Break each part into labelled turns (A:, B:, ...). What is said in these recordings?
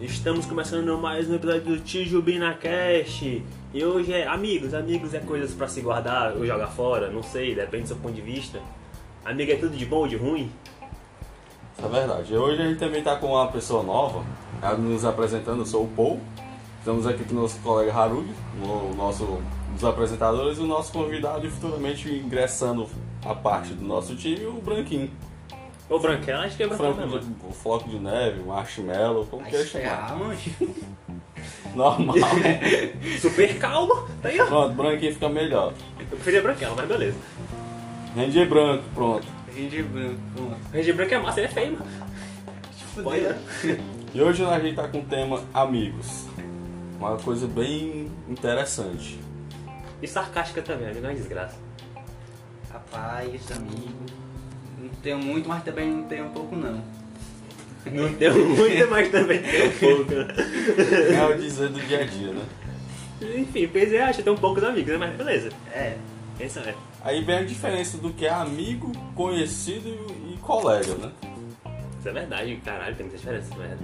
A: Estamos começando mais um episódio do Tijubina Cast. E hoje é amigos, amigos é coisas pra se guardar ou jogar fora, não sei, depende do seu ponto de vista. Amigo é tudo de bom ou de ruim?
B: É verdade. Hoje a gente também está com uma pessoa nova, tá nos apresentando, eu sou o Paul. Estamos aqui com o nosso colega Harug, o nosso, um dos apresentadores, e o nosso convidado e futuramente ingressando a parte do nosso time, o Branquinho.
A: Ou branquela, acho que é branquela
B: Franco
A: mesmo.
B: de, o Floco de Neve, o Marshmallow, como quer
C: Vai
B: chamar.
C: ferrar, mano.
B: Normal.
A: Super calma, tá aí ó.
B: pronto, Branquinho fica melhor.
A: Eu preferia branquela, mas beleza.
B: Ranger Branco, pronto.
C: Gente branco, pronto.
A: Ranger branco é massa, ele é feio, mano. Pode,
C: Fudeu.
B: E hoje a gente está com o tema amigos. Uma coisa bem interessante.
A: E sarcástica também, amigo, é uma desgraça.
C: Rapaz, amigo. Não tenho muito, mas também não tenho pouco, não.
A: Não deu muito, mas também deu um pouco. né?
B: É o dizer do dia a dia, né?
A: Enfim, pois é, acho que tem um pouco de amigos, né? mas beleza.
C: É,
A: Essa é.
B: Aí vem a diferença do que é amigo, conhecido e colega, né?
A: Isso é verdade, caralho, tem muita diferença, né? merda.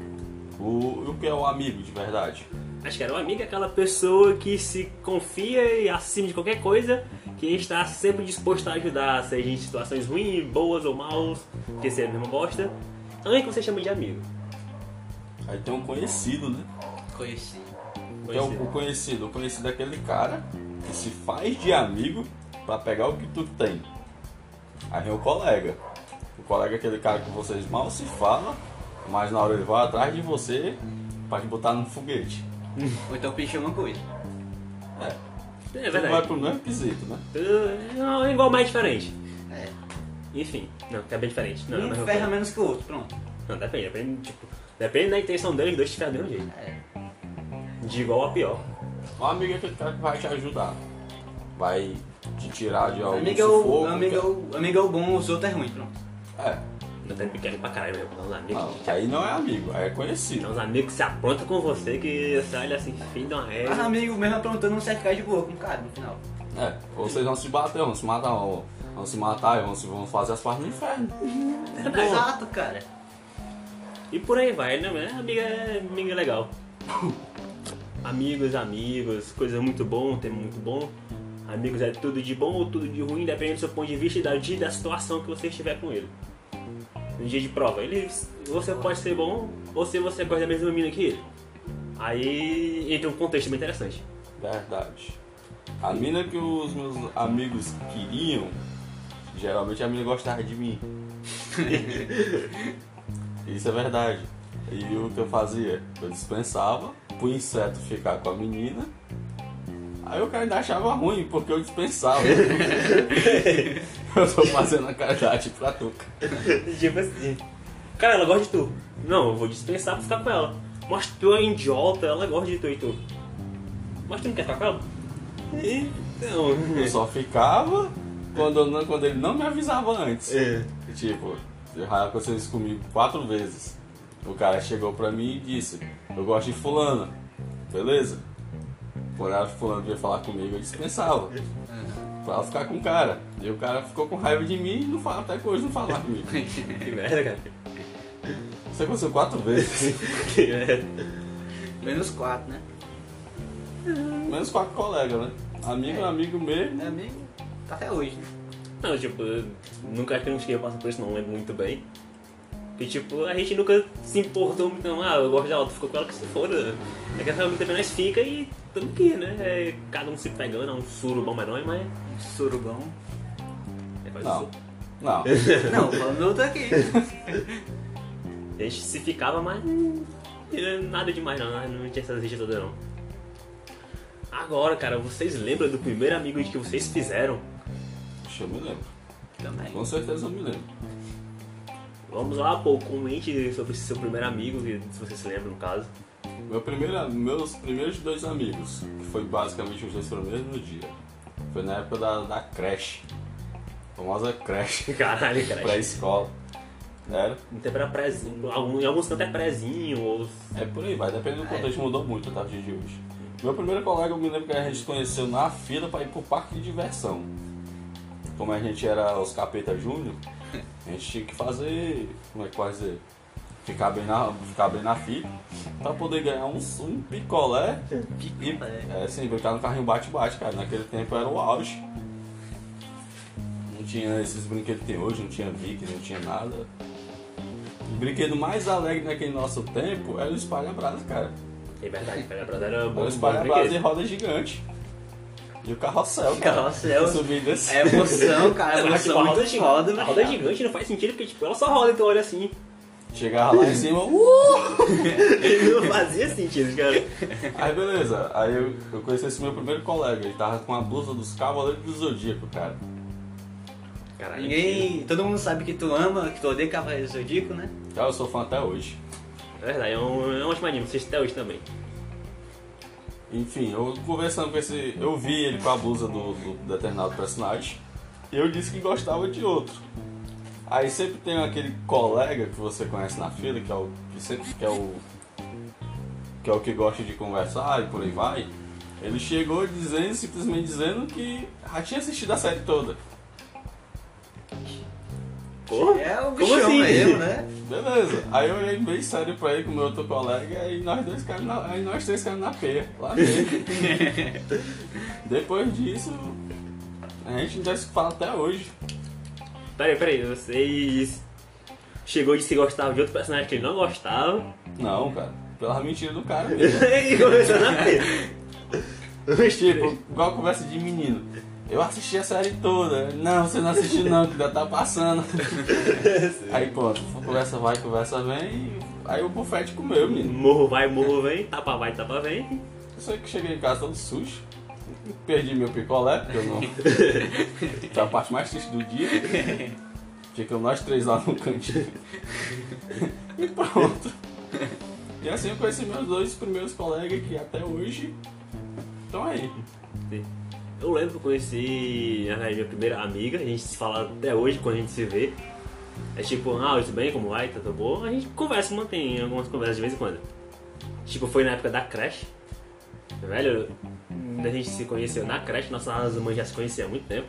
B: O, e o que é o amigo de verdade?
A: Acho que era um amigo é aquela pessoa que se confia e acima de qualquer coisa, que está sempre disposto a ajudar, seja em situações ruins, boas ou maus, que você mesmo gosta. Alguém que você chama de amigo.
B: Aí tem um conhecido, né?
C: conheci.
B: Que é o, o conhecido. O conhecido é aquele cara que se faz de amigo pra pegar o que tu tem. Aí vem o colega. O colega é aquele cara que vocês mal se falam, mas na hora ele vai atrás de você pra te botar num foguete.
C: Ou então pedir uma coisa.
B: É.
A: É
B: Tudo vai
A: verdade.
B: pro mesmo quesito, né?
A: Uh, Não, é igual, mas é diferente.
C: É.
A: Enfim, não, é bem diferente. Não, não,
C: um
A: não,
C: ferra menos que o outro, pronto.
A: não, depende, depende, tipo, depende da intenção deles, dois tiveram do mesmo um jeito.
C: É.
A: De igual a pior.
B: O amigo é aquele cara que vai te ajudar. Vai te tirar de algum
C: Amigo é
B: sufoco.
C: o, amigo, é o, amigo é o bom, os outros é ruim, pronto.
B: É,
A: Não tem pequeno pra caralho, meu. Não, os amigos.
B: não, aí não é amigo, aí é conhecido.
A: Não, os amigos que se aprontam com você, que você olha assim, fim de uma
C: Mas
A: régua.
C: amigo mesmo é aprontando não serve ficar de boa com o cara no final.
B: É, vocês vão se bater, vão se matar, vão, vão se matar, vão, se, vão fazer as partes do inferno.
C: Exato, cara.
A: E por aí vai, né? É, Amiga é amiga é legal. Amigos, amigos, coisa muito bom, tem muito bom. Amigos é tudo de bom ou tudo de ruim, dependendo do seu ponto de vista e da, de- da situação que você estiver com ele. No dia de prova, ele, você pode ser bom ou se você gosta da mesma mina que ele. Aí entra um contexto bem interessante.
B: Verdade. A mina que os meus amigos queriam, geralmente a mina gostava de mim. Isso é verdade. E o que eu fazia? Eu dispensava pro inseto ficar com a menina. Aí o cara ainda achava ruim, porque eu dispensava. eu tô fazendo a caridade pra tu.
A: tipo assim. Cara, ela gosta de tu. Não, eu vou dispensar pra ficar com ela. Mas tu é um idiota, ela gosta de tu e tu. Mas tu não quer ficar com ela? Então.
B: Eu só ficava quando, eu não- quando ele não me avisava antes.
A: É.
B: Tipo, já aconteceu isso comigo quatro vezes. O cara chegou pra mim e disse, eu gosto de fulana, beleza? Quando ela fulano veio falar comigo, eu dispensava. Pra ela ficar com o cara. E o cara ficou com raiva de mim e não fala, até hoje não fala comigo.
A: Que merda, cara.
B: Isso aconteceu quatro vezes.
A: Que merda.
C: menos quatro, né?
B: Menos quatro colegas, né? Amigo é amigo mesmo.
C: É amigo, tá até hoje, né?
A: Não, tipo, eu nunca acho que eu cheguei a passar por isso, não lembro muito bem. E tipo, a gente nunca se importou muito, não. Ah, eu gosto dela, tu ficou com ela que se foda. É que a família também nós fica e tudo que, né? É, cada um se pegando, é um surubão menor, mas.
C: Surubão.
A: É quase
B: Não.
A: isso.
B: Não.
C: Não, falando outro aqui.
A: A gente se ficava, mas hum, nada demais não, né? não tinha essa exigência toda não. Agora, cara, vocês lembram do primeiro amigo que vocês fizeram?
B: Deixa eu me lembro.
C: Também.
B: Com certeza eu me lembro.
A: Vamos lá, pô, comente sobre esse seu primeiro amigo, que- se você se lembra no caso.
B: Meu primeiro, meus primeiros dois amigos, que foi basicamente os dois primeiros no dia, foi na época da, da creche. Famosa creche,
A: Caralho, cara.
B: pré-escola. É, Era.
A: Então era prezinho, algum- em alguns cantos é prezinho, ou
B: É por aí, vai, depende do contexto, mudou muito a tarde de hoje. Meu primeiro colega, eu me lembro que a gente se conheceu na fila pra ir pro parque de diversão. como a gente era os capeta júnior, a gente tinha que fazer, como é que pode dizer? Ficar bem na, ficar bem na fita pra poder ganhar uns- um picolé e
C: né?
B: é, sim, brincar no carrinho bate-bate, cara. Naquele tempo era o auge. Não tinha esses brinquedos que tem hoje, não tinha Vic, não tinha nada. O brinquedo mais alegre naquele nosso tempo era o espalha-brasa, cara.
A: É verdade, Pedra Brasa era bom.
B: Era o espalha-brasa e roda gigante. E o carrossel, cara.
C: Carrossel.
B: Subindo esse.
C: É emoção, cara. É
A: Ela, tipo,
C: emoção
A: a
C: muito
A: roda, gigante,
C: foda,
A: a
C: mano.
A: roda gigante não faz sentido porque tipo, ela só roda, então olha assim.
B: Chegava lá em cima, uh!
A: Não fazia sentido, cara.
B: Aí beleza, aí eu, eu conheci esse meu primeiro colega, ele tava com a blusa dos Cavaleiros do Zodíaco, cara.
A: Caralho,
C: Ninguém. Todo mundo sabe que tu ama, que tu odeia Cavaleiro do Zodíaco, né?
B: Cara, eu sou fã até hoje.
A: É verdade, é um, é um ótimo anime, vocês até hoje também.
B: Enfim, eu conversando com esse. Eu vi ele com a blusa do, do determinado personagem. E eu disse que gostava de outro. Aí sempre tem aquele colega que você conhece na fila, que é o. que sempre que é o. que é o que gosta de conversar e por aí vai. Ele chegou dizendo, simplesmente dizendo que já tinha assistido a série toda.
A: Porra,
C: É o
A: Como
C: bichão
A: assim?
C: mesmo, né?
B: Beleza. Aí eu olhei bem sério pra ele com o meu outro colega e nós dois caímos na, aí nós três caímos na peia. Lá dentro. Depois disso, a gente não se fala até hoje.
A: peraí, peraí, vocês. Chegou de se gostar de outro personagem que ele não gostava.
B: Não, cara. Pelas mentiras do cara mesmo.
A: e começou na feira.
B: tipo, igual conversa de menino. Eu assisti a série toda. Não, você não assistiu não, que ainda tá passando. aí pronto, conversa vai, conversa vem. e Aí o bufete comeu, menino.
A: Morro vai, morro vem, tapa vai, tapa vem.
B: Eu sei que cheguei em casa todo sujo. Perdi meu picolé, porque eu não. Foi a parte mais triste do dia. Ficamos nós três lá no cantinho. E pronto. E assim eu conheci meus dois primeiros colegas que até hoje estão aí.
A: Eu lembro que eu conheci na verdade, minha primeira amiga, a gente se fala até hoje quando a gente se vê. É tipo, ah, tudo bem, como vai, tá, tá bom? A gente conversa, mantém algumas conversas de vez em quando. Tipo, foi na época da creche. Velho, a gente se conheceu na creche, nossas mães já se conheciam há muito tempo.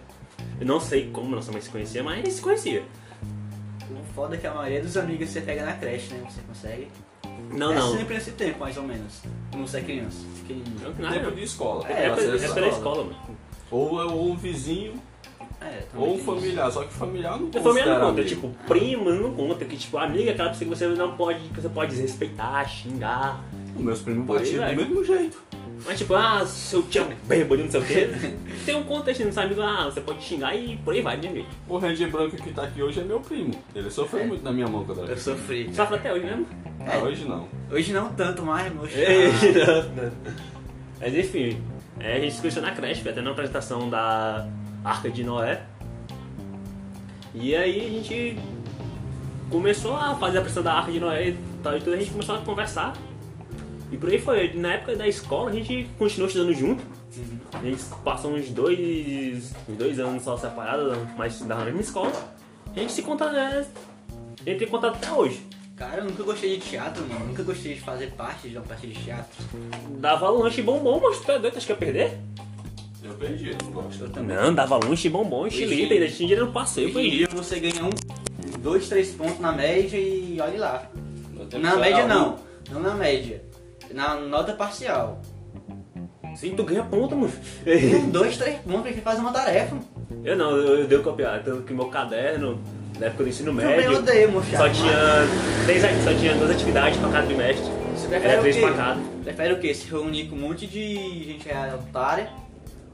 A: Eu não sei como nossa mãe se conhecia, mas se conhecia.
C: O foda é que a maioria dos amigos você pega na creche, né? Você consegue.
A: Não,
C: é
A: não.
C: sempre esse tempo, mais ou menos. Quando você é criança. Pequenininho.
A: Não,
B: Tempo
A: não.
B: de escola.
A: É, é,
B: Às
A: pela-
B: vezes,
A: é pela escola, mano.
B: Ou, é- ou um vizinho,
C: É, também
B: ou um
C: tem
B: familiar. Só que familiar não
A: A
B: considera
A: família É não conta,
B: amigo.
A: tipo, prima não conta, que tipo, amiga é aquela pessoa que você não pode, que você pode desrespeitar, xingar.
B: Meus primos
A: Por aí
B: batiam
A: vai.
B: do mesmo jeito.
A: Mas tipo, ah, seu tio é um bêbado, não sei o quê. Tem um contexto nos amigos, ah, você pode xingar e por aí vai, minha gente.
B: O Randy Branco que tá aqui hoje é meu primo. Ele sofreu
C: É.
B: muito na minha mão quando era
C: isso. Eu sofri.
A: Só até hoje mesmo.
B: Ah, hoje não.
C: Hoje não tanto mais, moço.
A: Mas enfim, é, a gente se conheceu na creche, foi até na apresentação da Arca de Noé. E aí a gente começou a fazer a apresentação da Arca de Noé e tal, e tudo, a gente começou a conversar. E por aí foi, na época da escola a gente continuou estudando junto. A gente passou uns dois, uns dois anos só separados, mas da mesma escola. A gente se conta, né, entra em contato até hoje.
C: Cara, eu nunca gostei de teatro, mano. Nunca gostei de fazer parte de uma parte de teatro.
A: Dava lanche bombom, mas tu é doido, acho que ia perder?
B: Eu perdi, não gosto.
C: Eu também.
A: Não, dava lanche bombom, xilita, ainda tinha dinheiro no passeio, foi
C: Hoje em
A: isso.
C: dia você ganha um, dois, três pontos na média e olhe lá.
B: Meu tempo
C: Na
B: era
C: média
B: um.
C: não, não na média. Na nota parcial.
A: Sim, tu ganha ponto, mano.
C: Um, dois, três pontos pra gente fazer uma tarefa.
A: Eu não, eu, eu dei o campeonato, tanto que meu caderno, na época do ensino
C: Também
A: médio,
C: odeio, mocha.
A: só tinha, três, só tinha duas atividades pra cada trimestre.
C: Você
A: Era
C: prefere
A: três
C: o
A: pra
C: quê?
A: cada.
C: Prefere o quê? Se reunir com um monte de gente que é otária?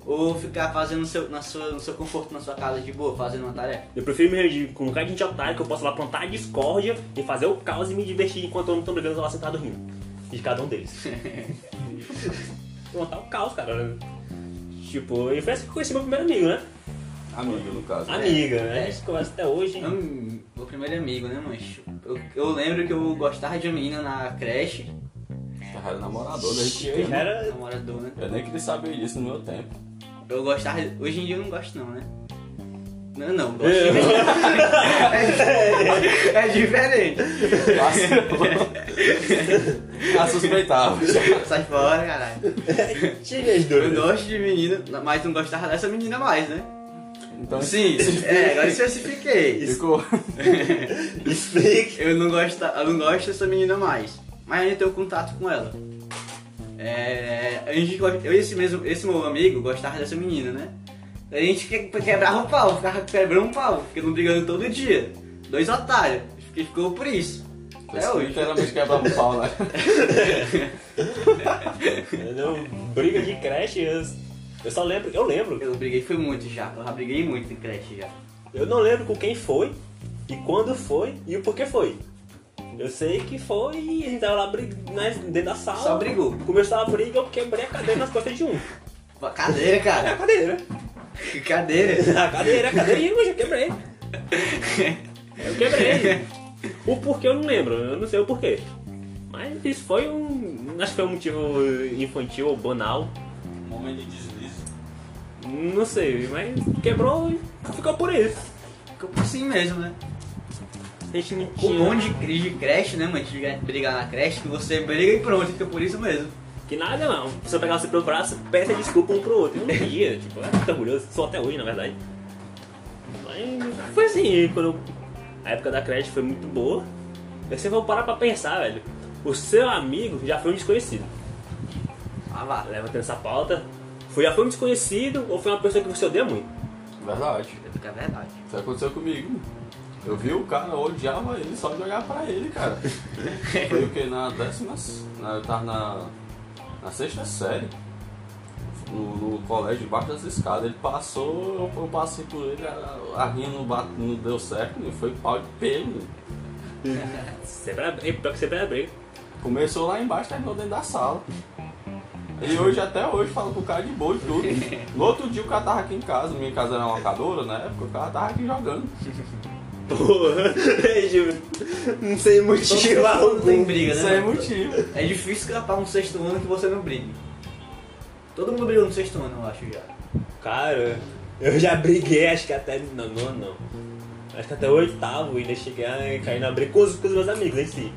C: Ou ficar fazendo seu, na sua, no seu conforto na sua casa de boa, fazendo uma tarefa?
A: Eu prefiro me reunir com um cara de gente otário que eu posso lá plantar a discórdia e fazer o caos e me divertir enquanto eu não tô brigando, eu tô lá sentado rindo. De cada um deles. plantar o caos, cara. Tipo, e foi assim que eu conheci meu primeiro amigo, né?
B: Amigo, no
C: É.
B: caso.
A: Amiga, né? A gente conversa até hoje. hein?
C: Hum, meu primeiro amigo, né, mancho? Eu, eu lembro que eu gostava de uma menina na creche,
B: Já era namorador da
A: Eu já
B: gente.
A: era
C: namorador, né?
B: Eu nem queria saber disso no meu tempo.
C: Eu gostava. Hoje em dia eu não gosto não, né? Não, não, gosto. é, é diferente.
B: Já suspeitava.
C: Sai fora, caralho.
A: Tinha as
C: Eu gosto de menina, mas não gostava dessa menina mais, né?
B: Então
C: Sim, é, agora eu especifiquei.
B: ficou.
A: Explique.
C: Eu não gosto, da- eu não gosto dessa menina mais. Mas ainda tenho contato com ela. É, a gente, gosta- eu e esse mesmo, esse meu amigo gostava dessa menina, né? A gente que- quebrava o pau, ficava quebrando o pau, ficando brigando todo dia. Dois otários, que ficou por isso. Até
B: Isso
C: hoje.
B: tipo literalmente quebrava o pau, né?
A: Não, briga de creche. Eu, eu só lembro, eu lembro.
C: Eu briguei, foi muito já, eu já briguei muito em creche já.
A: Eu não lembro com quem foi, e quando foi, e o porquê foi. Eu sei que foi e a gente tava lá brig... né, dentro da sala.
C: Só brigou.
A: Começou a briga, eu quebrei a cadeira nas costas de um.
C: Cadeira,
A: É A
C: cara.
A: cadeira.
C: Cadeira.
A: A cadeira, a cadeirinha, mas eu quebrei. Eu quebrei. O porquê eu não lembro, eu não sei o porquê. Mas isso foi um. Acho que foi um motivo infantil ou banal.
B: Um Momento de deslize.
A: Não sei, mas quebrou e ficou por isso.
C: Ficou por assim mesmo, né?
A: A gente não
C: Um
A: tinha.
C: monte de crise de creche, né, mano? De brigar na creche, que você briga e pronto, fica por isso mesmo.
A: Que nada, não. Se eu pegar você pelo braço, peça desculpa um pro outro. Eu não pedia, tipo, eu era muito orgulhoso. Sou até hoje, na verdade. Mas foi assim, quando eu- a época da creche foi muito boa. Eu sempre vou parar pra pensar, velho. O seu amigo já foi um desconhecido.
C: Ah, vá.
A: Levantando essa pauta. Foi, já foi um desconhecido ou foi uma pessoa que você odeia muito?
B: Verdade.
C: É verdade.
B: Isso aconteceu comigo. Eu vi o cara, eu odiava ele só de olhar pra ele, cara. Foi o que? Na décima. Na, eu tava na, na sexta série. No, no colégio, debaixo das escadas. Ele passou, eu, eu passei por ele, a, a rinha não, bate- não deu certo, e foi pau de pelo.
A: Sempre era, e pior que sempre era briga.
B: Começou lá embaixo, terminou dentro da sala. E hoje, até hoje, falo com o cara de boa e tudo. No outro dia, o cara tava aqui em casa, minha casa era uma locadora na época, o cara tava aqui jogando.
A: Porra, é, não sei motivo
C: Não tem briga, né?
B: Sem
C: mano?
B: motivo.
C: É difícil escapar um sexto ano que você não brigue. Todo mundo brigou no sexto ano, eu acho já.
A: Cara, eu já briguei, acho que até. Não, não, não. Acho que até o oitavo ainda cheguei a cair na briga com os, com os meus amigos em si.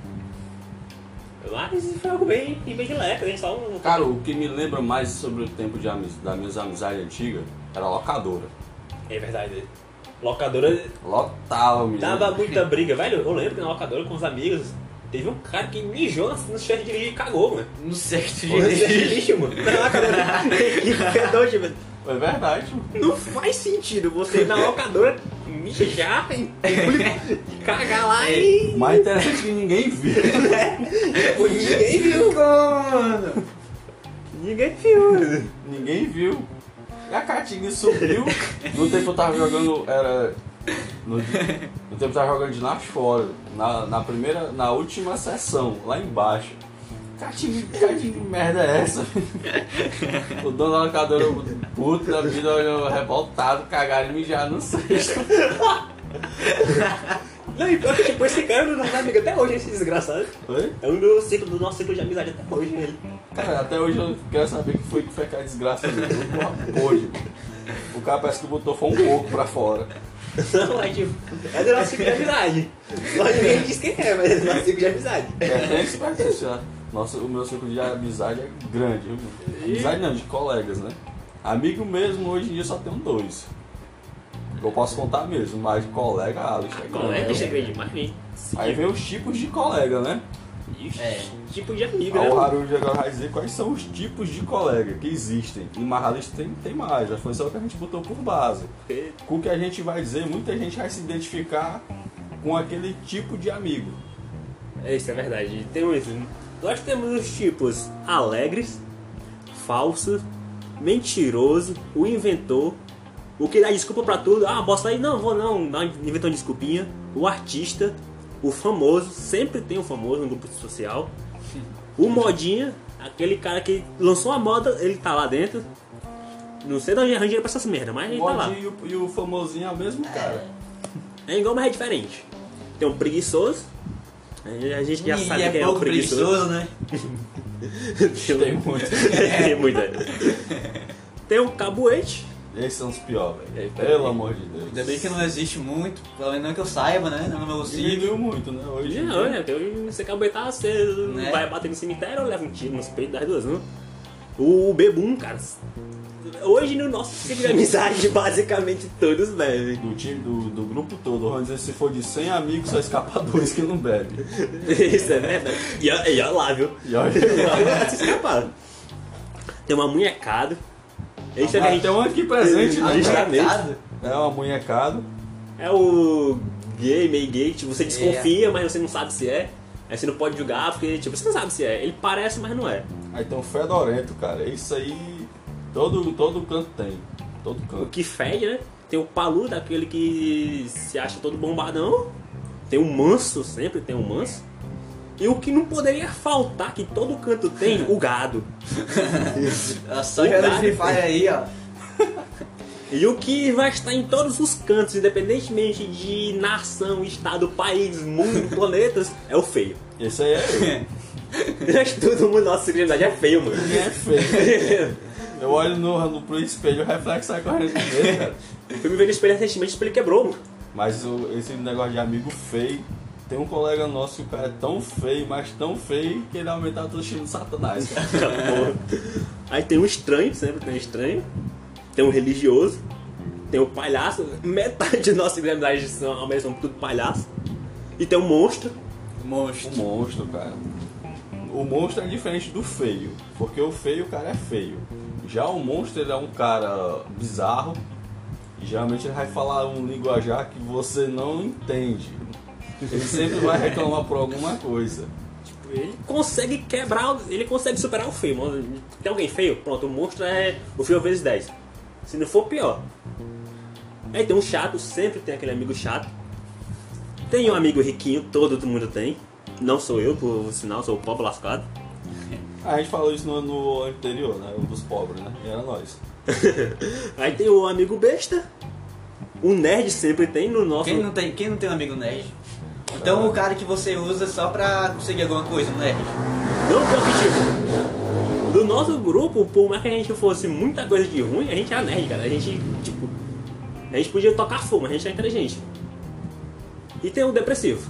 A: Mas foi algo bem, bem de leve, hein? Só um.
B: Cara, o que me lembra mais sobre o tempo de amiz da minhas amizades antigas era a locadora.
A: É verdade. Locadora
B: Lotava, menino.
A: dava muita briga, velho. Eu lembro que na locadora com os amigos teve um cara que mijou no, no chefe de lixo e cagou, mano.
C: No sexto
A: No chefe de
C: dia.
A: lixo, mano. Na locadora. que fedor, mano.
B: É verdade, mano.
A: Não faz sentido você ir na locadora mijar e cagar lá e.
B: Mais interessante que ninguém viu.
A: Ninguém viu.
C: mano.
A: Ninguém viu.
B: ninguém viu. E a Catinga subiu. No tempo eu tava jogando. Era. No, no tempo eu tava jogando de lá fora. Na, na primeira. Na última sessão, lá embaixo. Catinga, Catinga, que merda é essa? o dono da locadora puto da vida olhou revoltado, cagaram e mijaram no cesto.
A: Não, e pior que tipo, esse cara é um dos nossos amigos até hoje, esse desgraçado.
B: Foi?
A: É um do, ciclo, do nosso ciclo de amizade até hoje, né? ele.
B: Cara, até hoje eu não quero saber o que foi que foi aquela desgraça ali. Porra, Hoje. O cara parece que botou foi um pouco pra fora.
A: Não, é tipo, é do nosso ciclo de amizade. Só ninguém diz quem é, mas é do nosso ciclo de amizade.
B: Pertence pra isso, já. Nossa, o meu ciclo de amizade é grande. viu? Amizade não, de colegas, né? Amigo mesmo, hoje em dia só tenho dois. Eu posso contar mesmo, mas colega, a lista é
A: Colega,
B: grande.
A: cheguei demais, hein?
B: Aí vem os tipos de colega, né?
A: É. Tipo de amigo,
B: Ah,
A: né?
B: O Haruji agora vai dizer quais são os tipos de colega que existem. E mas a lista tem, tem mais, já foi só o que a gente botou por base.
A: Porque
B: com o que a gente vai dizer, muita gente vai se identificar com aquele tipo de amigo.
A: É isso, é verdade. Temos, nós temos os tipos alegres, falso, mentiroso, o inventor, o que dá desculpa pra tudo. Ah, posso sair? Não, vou não. Dá- Inventa uma desculpinha. O artista, o famoso, sempre tem um famoso no grupo social. O modinha, aquele cara que lançou a moda, ele tá lá dentro. Não sei de onde arranja dinheiro pra essas merda, mas
B: O
A: ele tá lá.
B: Bode e o, e o famosinho é o mesmo cara.
A: É igual, mas é diferente. Tem um preguiçoso. A gente já
C: E
A: sabe
C: é
A: quem é
C: pouco
A: o preguiçoso.
C: né?
A: Tem muito. Tem muita. Tem um cabuete.
B: Esses são os piores,
A: É,
B: velho. Pelo amor de Deus.
C: Ainda bem que não existe muito, pelo menos não que eu saiba, né? Não no meu ciclo.
B: Diminuiu muito, né? Hoje. em
A: Não,
B: dia.
A: né? Tem- Você cabuetar, você
C: Né?
A: vai bater no cemitério ou leva um tiro nos peitos das duas, não? O bebum, né? cara. Hoje no nosso ciclo de amizade, basicamente todos bebem.
B: Do time, do, do grupo todo, vamos dizer, se for de 100 amigos, só escapa dois que não bebe.
A: Isso é verdade. E ó- E olha lá, viu?
B: E olha.
A: Se escaparam. Tem uma munhecada. Esse é o que a gente
B: Até um aqui presente,
A: A gente
B: né?
A: tá nesse.
B: É uma munhecada.
A: É o gay, meio gay, tipo, você desconfia, mas você não sabe se é. Aí você não pode julgar, porque tipo, você não sabe se é. Ele parece, mas não é.
B: Aí tem um fedorento, cara. Isso aí. Todo, todo canto tem. Todo
A: O
B: canto.
A: que fede, né? Tem o paludo, aquele que se acha todo bombadão. Tem o manso, sempre tem o manso. E o que não poderia faltar, que todo canto tem, o gado.
C: Ela Só jogando Free Fire aí, ó.
A: E o que vai estar em todos os cantos, independentemente de nação, estado, país, mundo, planetas, é o feio.
B: Esse aí é eu.
A: Todo mundo da nossa civilidade é feio, mano.
B: Ele é feio. Eu olho no, no, pro espelho, o reflexo sai correndo dele, cara.
A: Fui me ver no espelho recentemente, o espelho quebrou, mano.
B: Mas o- esse negócio de amigo feio. Tem um colega nosso que o cara é tão feio, mas tão feio, que ele aumentar todo o time do Satanás, cara.
A: Aí tem um estranho, sempre tem um estranho. Tem um religioso. Tem um palhaço. Metade da nossa civilidade são, ao mesmo tempo, tudo palhaço. E tem um monstro.
B: O
C: Monstro.
B: Um monstro, cara. O monstro é diferente do feio, porque o feio, o cara é feio. Já o monstro, ele é um cara bizarro. E geralmente ele vai falar um linguajar que você não entende. Ele sempre vai reclamar por alguma coisa.
A: Ele consegue quebrar, o- ele consegue superar o feio. mano. Tem alguém feio? Pronto, o monstro é o feio vezes 10. Se não for, pior. Aí tem um chato, sempre tem aquele amigo chato. Tem um amigo riquinho, todo mundo tem. Não sou eu, por sinal, sou o pobre lascado.
B: A gente falou isso no, no anterior, né? Um dos pobres, né? E era nós.
A: Aí tem o amigo besta. O nerd sempre tem no nosso.
C: Quem não, tem, quem não tem um amigo nerd? Então o cara que você usa só pra conseguir alguma coisa, um nerd.
A: Não tem objetivo. Do nosso grupo, por mais que a gente fosse muita coisa de ruim, a gente era nerd, cara. A gente, tipo. A gente podia tocar fogo, mas a gente era inteligente. E tem o depressivo.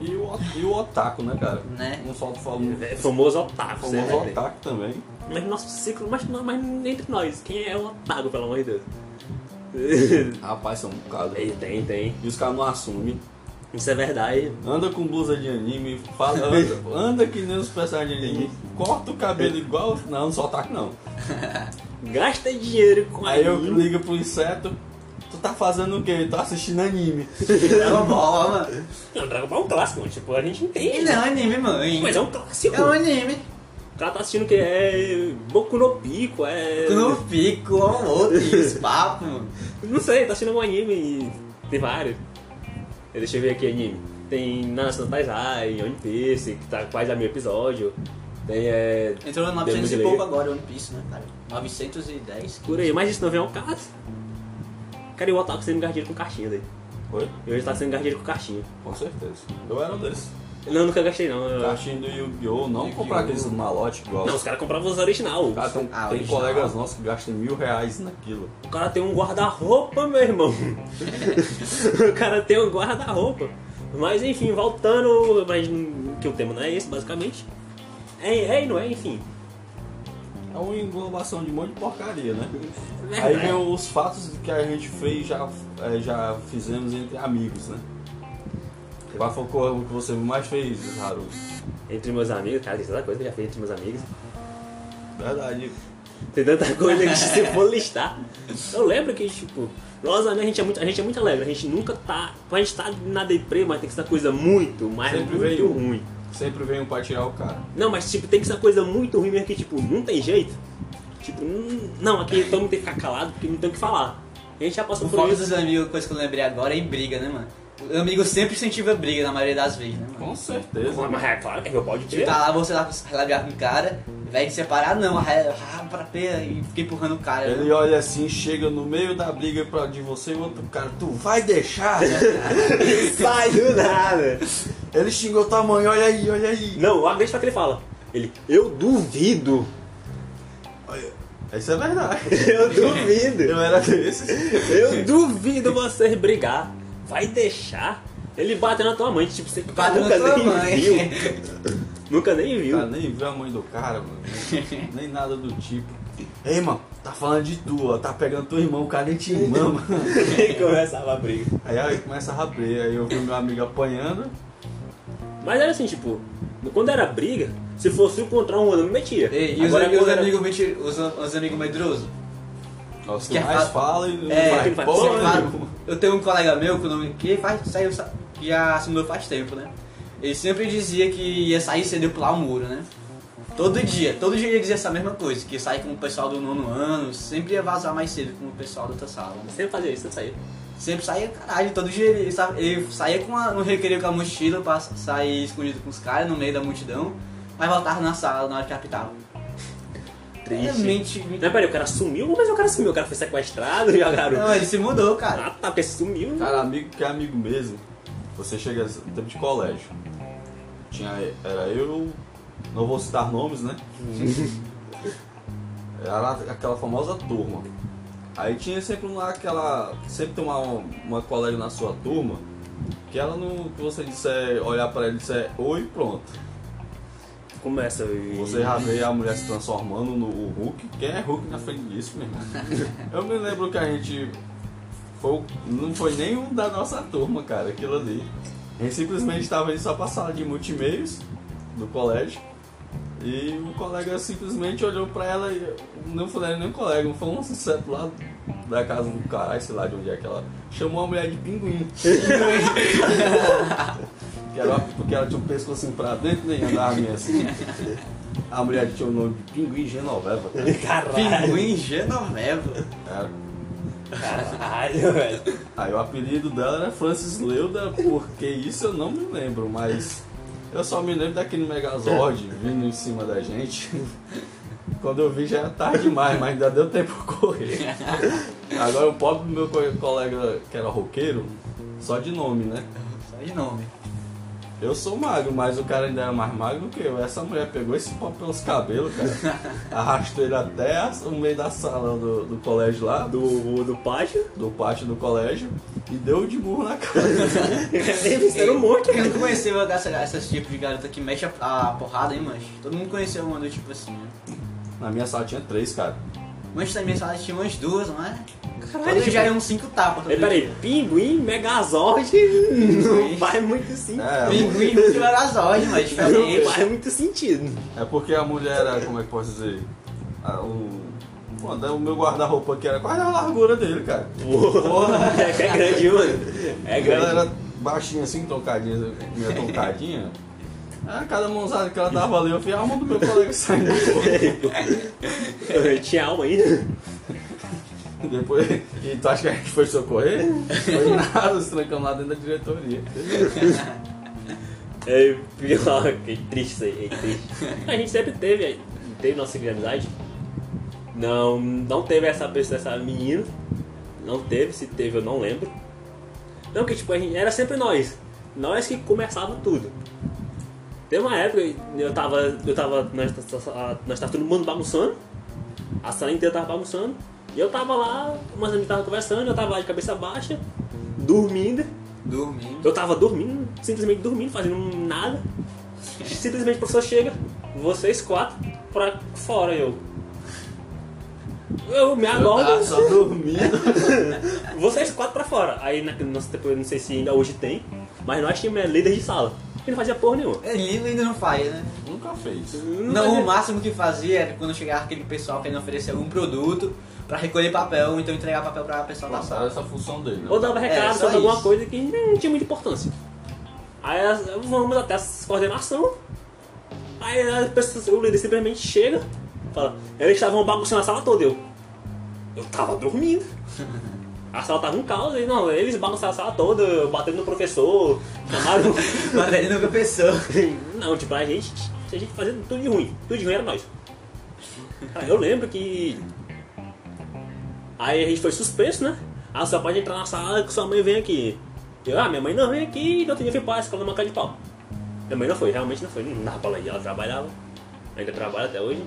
B: E o, e o otaku, né, cara?
C: Né?
B: Não solta falando.
A: É, famoso otaku,
B: Famoso
A: né?
B: otaku também.
A: Mas no nosso ciclo, mas, não- mas entre nós, quem é o otaku, pelo amor de Deus?
B: Rapaz, são um bocado.
A: Tem, tem, tem.
B: E os caras não assumem.
A: Isso é verdade.
B: Anda com blusa de anime, fala, anda, anda que nem os personagens de anime, corta o cabelo igual. Não, não sou otaku não.
A: Gasta dinheiro com
B: Aí eu
A: anime.
B: ligo pro inseto, tu tá fazendo o quê? Tô assistindo anime.
C: É uma bola, mano.
A: Não, Dragon Ball é um clássico, mano. tipo, a gente
C: E
A: entende.
C: não, anime, mãe.
A: Mas é um clássico.
C: É um anime.
A: O cara tá assistindo o que é Boku no Pico, é.
C: No pico, um outro, e os papos, mano.
A: Não sei, tá assistindo um anime. Tem vários. É, Deixa eu ver aqui anime. Tem Nanatsu no Taizai, One Piece, que tá quase a meio episódio. Tem é.
C: Entrou no
A: Demon
C: 900 e
A: Slayer.
C: pouco agora, One Piece, né, cara? 910.
A: Por aí, mas isso não vem ao caso. Cara, e o Otaku sendo gardido com caixinha daí.
B: Foi?
A: Eu já tá sendo gardido com caixinha.
B: Com certeza. Eu era um desses.
A: Não, eu nunca gastei não. Eu-
B: Caixinha do Yu-Gi-Oh! Não
C: Yu-Gi-Oh!
B: comprar aqueles malotes igual.
A: Não, os caras compravam os original.
B: Cara, tem,
C: Ah,
B: tem
C: original.
B: colegas nossos que gastam mil reais naquilo.
A: O cara tem um guarda-roupa, meu irmão. o cara tem um guarda-roupa. Mas enfim, voltando, mas hum, que o tema não é esse, basicamente. É, é e não é, enfim.
B: É uma englobação de um monte de porcaria, né? Aí
A: É Verdade.
B: vem os fatos que a gente fez já eh, já fizemos entre amigos, né? Qual foi o que você mais fez, Haru?
A: Entre meus amigos, cara, tem tanta coisa que eu já fiz entre meus amigos.
B: Verdade.
A: Tem tanta coisa que se for listar. Eu lembro que, tipo, nós amigos, a gente é muito, a gente é muito alegre, a gente nunca tá. A gente tá na deprê, mas tem que ser uma coisa muito, mas
B: Sempre
A: muito
B: veio.
A: ruim.
B: Sempre vem um pra tirar o cara.
A: Não, mas tipo, tem que ser uma coisa muito ruim mesmo que, tipo, não tem jeito. Tipo, hum, não, aqui todo mundo tem que ficar calado porque não tem o que falar. A gente já passou
C: O
A: por
C: foco
A: isso.
C: dos amigos, coisa que eu lembrei agora, é em briga, né, mano? O amigo sempre incentiva briga, na maioria das vezes, né, mano?
B: Com certeza.
A: Mas é claro que é meu pau de
C: Tipo,
A: tiro.
C: tá lá, você lá relabiar com o cara, vai te separar, não, arra- arra- pra pé e fica empurrando o cara. né?
B: Ele olha assim, chega no meio da briga pra de você e o outro cara, tu vai deixar?
A: Sai do nada.
B: Ele xingou tua mãe, olha aí, olha aí.
A: Não, olha, deixa pra que ele fala. Ele, eu duvido.
B: Isso é verdade.
A: Eu duvido.
B: Eu era desses.
A: Eu duvido vocês brigar. Vai deixar. Ele bateu na tua mãe, tipo, você
C: Bateu na
A: nunca
C: tua
A: nem
C: mãe.
A: viu. Nunca nem viu.
B: Cara, nem viu a mãe do cara, mano. Nem nada do tipo. Ei, mano, Tá falando de tu, ó. Tá pegando teu irmão, cadê teu irmão, mano?
D: E começava a briga.
B: Aí, aí começa a raber. Aí eu vi meu amigo apanhando.
A: Mas era assim, tipo, quando era briga, se fosse encontrar um ano, me metia.
C: Ei, e os,
A: Agora,
C: amigos- os
A: quando era-
C: amigos menti- os, os amigos medrosos?
B: Nossa,
C: Quer
B: que mais
C: fa-
B: fala e não
C: É,
B: vai
A: ele vai-
B: porra
A: você
C: Claro,
B: nenhuma.
C: eu tenho um colega meu que o nome que faz, saiu, sa- que já se mudou faz tempo, né? Ele sempre dizia que ia sair cedo e pular o muro, né? Todo dia, todo dia ele dizia essa mesma coisa, que ia sair com o pessoal do nono ano, sempre ia vazar mais cedo com o pessoal da outra sala. né?
A: Sempre fazia isso, sempre saía.
C: Sempre saía, caralho, todo dia ele, sa- ele saía com a, no recreio com a mochila pra sa- sair escondido com os caras no meio da multidão, mas voltava na sala na hora que apitava. Realmente.
A: Não, é, peraí, o cara sumiu? Mas o cara sumiu, o cara foi sequestrado e jogaram.
C: Não, ele se mudou, cara.
A: Ah, tá, porque sumiu.
B: Cara, amigo que é amigo mesmo, você chega no tempo de colégio. Tinha, era eu, não vou citar nomes, né? era aquela famosa turma. Aí tinha sempre uma aquela. Sempre tem uma, uma colega na sua turma que ela não. que você disser, olhar pra ela e disser oi pronto.
A: Começa e.
B: Você já vê a mulher se transformando no Hulk. Quem é Hulk na frente disso mesmo? Eu me lembro que a gente. Foi, o- não foi nenhum da nossa turma, cara, aquilo ali. A gente simplesmente estava indo só pra sala de multimeios do colégio. E um colega simplesmente olhou pra ela e não foi nem um colega, foi um sucesso lá da casa do caralho, sei lá de onde é que ela. Chamou a mulher de pinguim. que era, porque ela tinha um pescoço assim pra dentro, nem andava meio assim. A mulher tinha o nome de Pinguim Genoveva. cara.
D: Caralho,
C: Pinguim Genoveva.
B: Era.
D: caralho, velho.
B: Aí o apelido dela era Francis Leuda, porque isso eu não me lembro, mas eu só me lembro daquele Megazord vindo em cima da gente. Quando eu vi já era tarde demais, mas ainda deu tempo de correr. Agora o pobre meu co- colega que era roqueiro, só de nome, né?
C: Só de nome.
B: Eu sou magro, mas o cara ainda era mais magro que eu. Essa mulher pegou esse pau pelos cabelos, cara. Arrastou ele até a- o meio da sala do, do colégio lá, do,
A: Do, do pátio,
B: do pátio do colégio, e deu de burro na cara.
A: era um monte.
C: Quem não conheceu essa, essas tipos de garota que mexe a, a porrada, hein, Manche? Todo mundo conheceu uma do tipo assim, né?
B: Na minha sala tinha três, cara.
C: Manche também só tinha umas duas, não é?
A: Caralho,
C: Todo já é uns cinco tapas. todo
A: um- Ei, peraí,
C: dia.
A: pinguim, megazord, não faz muito sentido.
B: É,
C: Pinguim de Verazóide, mas
A: Não
C: diferente.
A: faz muito sentido.
B: É porque a mulher era, como é que posso dizer? A- o, pô, daí o meu guarda-roupa aqui era quase a largura dele, cara.
A: Porra, é grande, mano. É
B: Ela
A: grande.
B: era baixinha assim, tocadinha, minha tocadinha. Ah, cada mãozada que ela dava ali, eu falei, ah, a mão do meu colega saindo.
A: Eu tinha alma ainda.
B: Depois, e tu acha que a gente foi socorrer? Foi nada, nos trancamos lá dentro da diretoria.
A: É, pior, que triste isso aí, é triste. A gente sempre teve, é, teve nossa amizade. Não, não teve essa pessoa, essa menina. Não teve, se teve eu não lembro. Não, que tipo, a gente, era sempre nós. Nós que começava tudo. Teve uma época, eu tava, eu tava, nós, tá, nós tava todo mundo bagunçando. A sala inteira tava bagunçando. E eu tava lá, umas amigas estavam conversando, eu tava lá de cabeça baixa, dormindo.
C: Dormindo.
A: Eu tava dormindo, simplesmente dormindo, fazendo nada. Simplesmente o professor chega, vocês quatro, pra fora eu. Eu me
B: Ah,
A: acordo,
B: só dormindo.
A: vocês quatro pra fora. Aí na, nossa, depois, não sei se ainda hoje tem, mas nós tínhamos é, líder de sala. E não fazia porra nenhuma.
C: É lindo ainda não faz, né?
B: Nunca fez.
C: Não,
A: fazia-
C: o máximo que fazia era quando chegava aquele pessoal querendo oferecer algum produto pra recolher papel, ou então entregar papel pra pessoal da
B: Passaram
C: sala.
B: Tá essa função dele. né?
A: Ou dava recado
C: É, só
A: sobre alguma
C: isso.
A: coisa que não tinha muita importância. Aí as- vamos até as coordenação. Aí as pessoas- o líder simplesmente chega, fala, eles estavam bagunçando a sala toda, eu. Eu tava dormindo. A sala tava um caos, e não, eles bagunçaram a sala toda, batendo no professor, chamaram.
C: Mas ele nunca pensou.
A: não, tipo, a gente, a gente fazia tudo de ruim. Tudo de ruim era nós. Cara, eu lembro que. Aí a gente foi suspenso, né? Ah, só pode entrar na sala que sua mãe vem aqui. Eu, ah, minha mãe não vem aqui, e no outro dia eu fui pra escola na cara de pau. Minha mãe não foi, realmente não foi. Não dava pra ela ir, ela trabalhava. Ainda trabalha até hoje.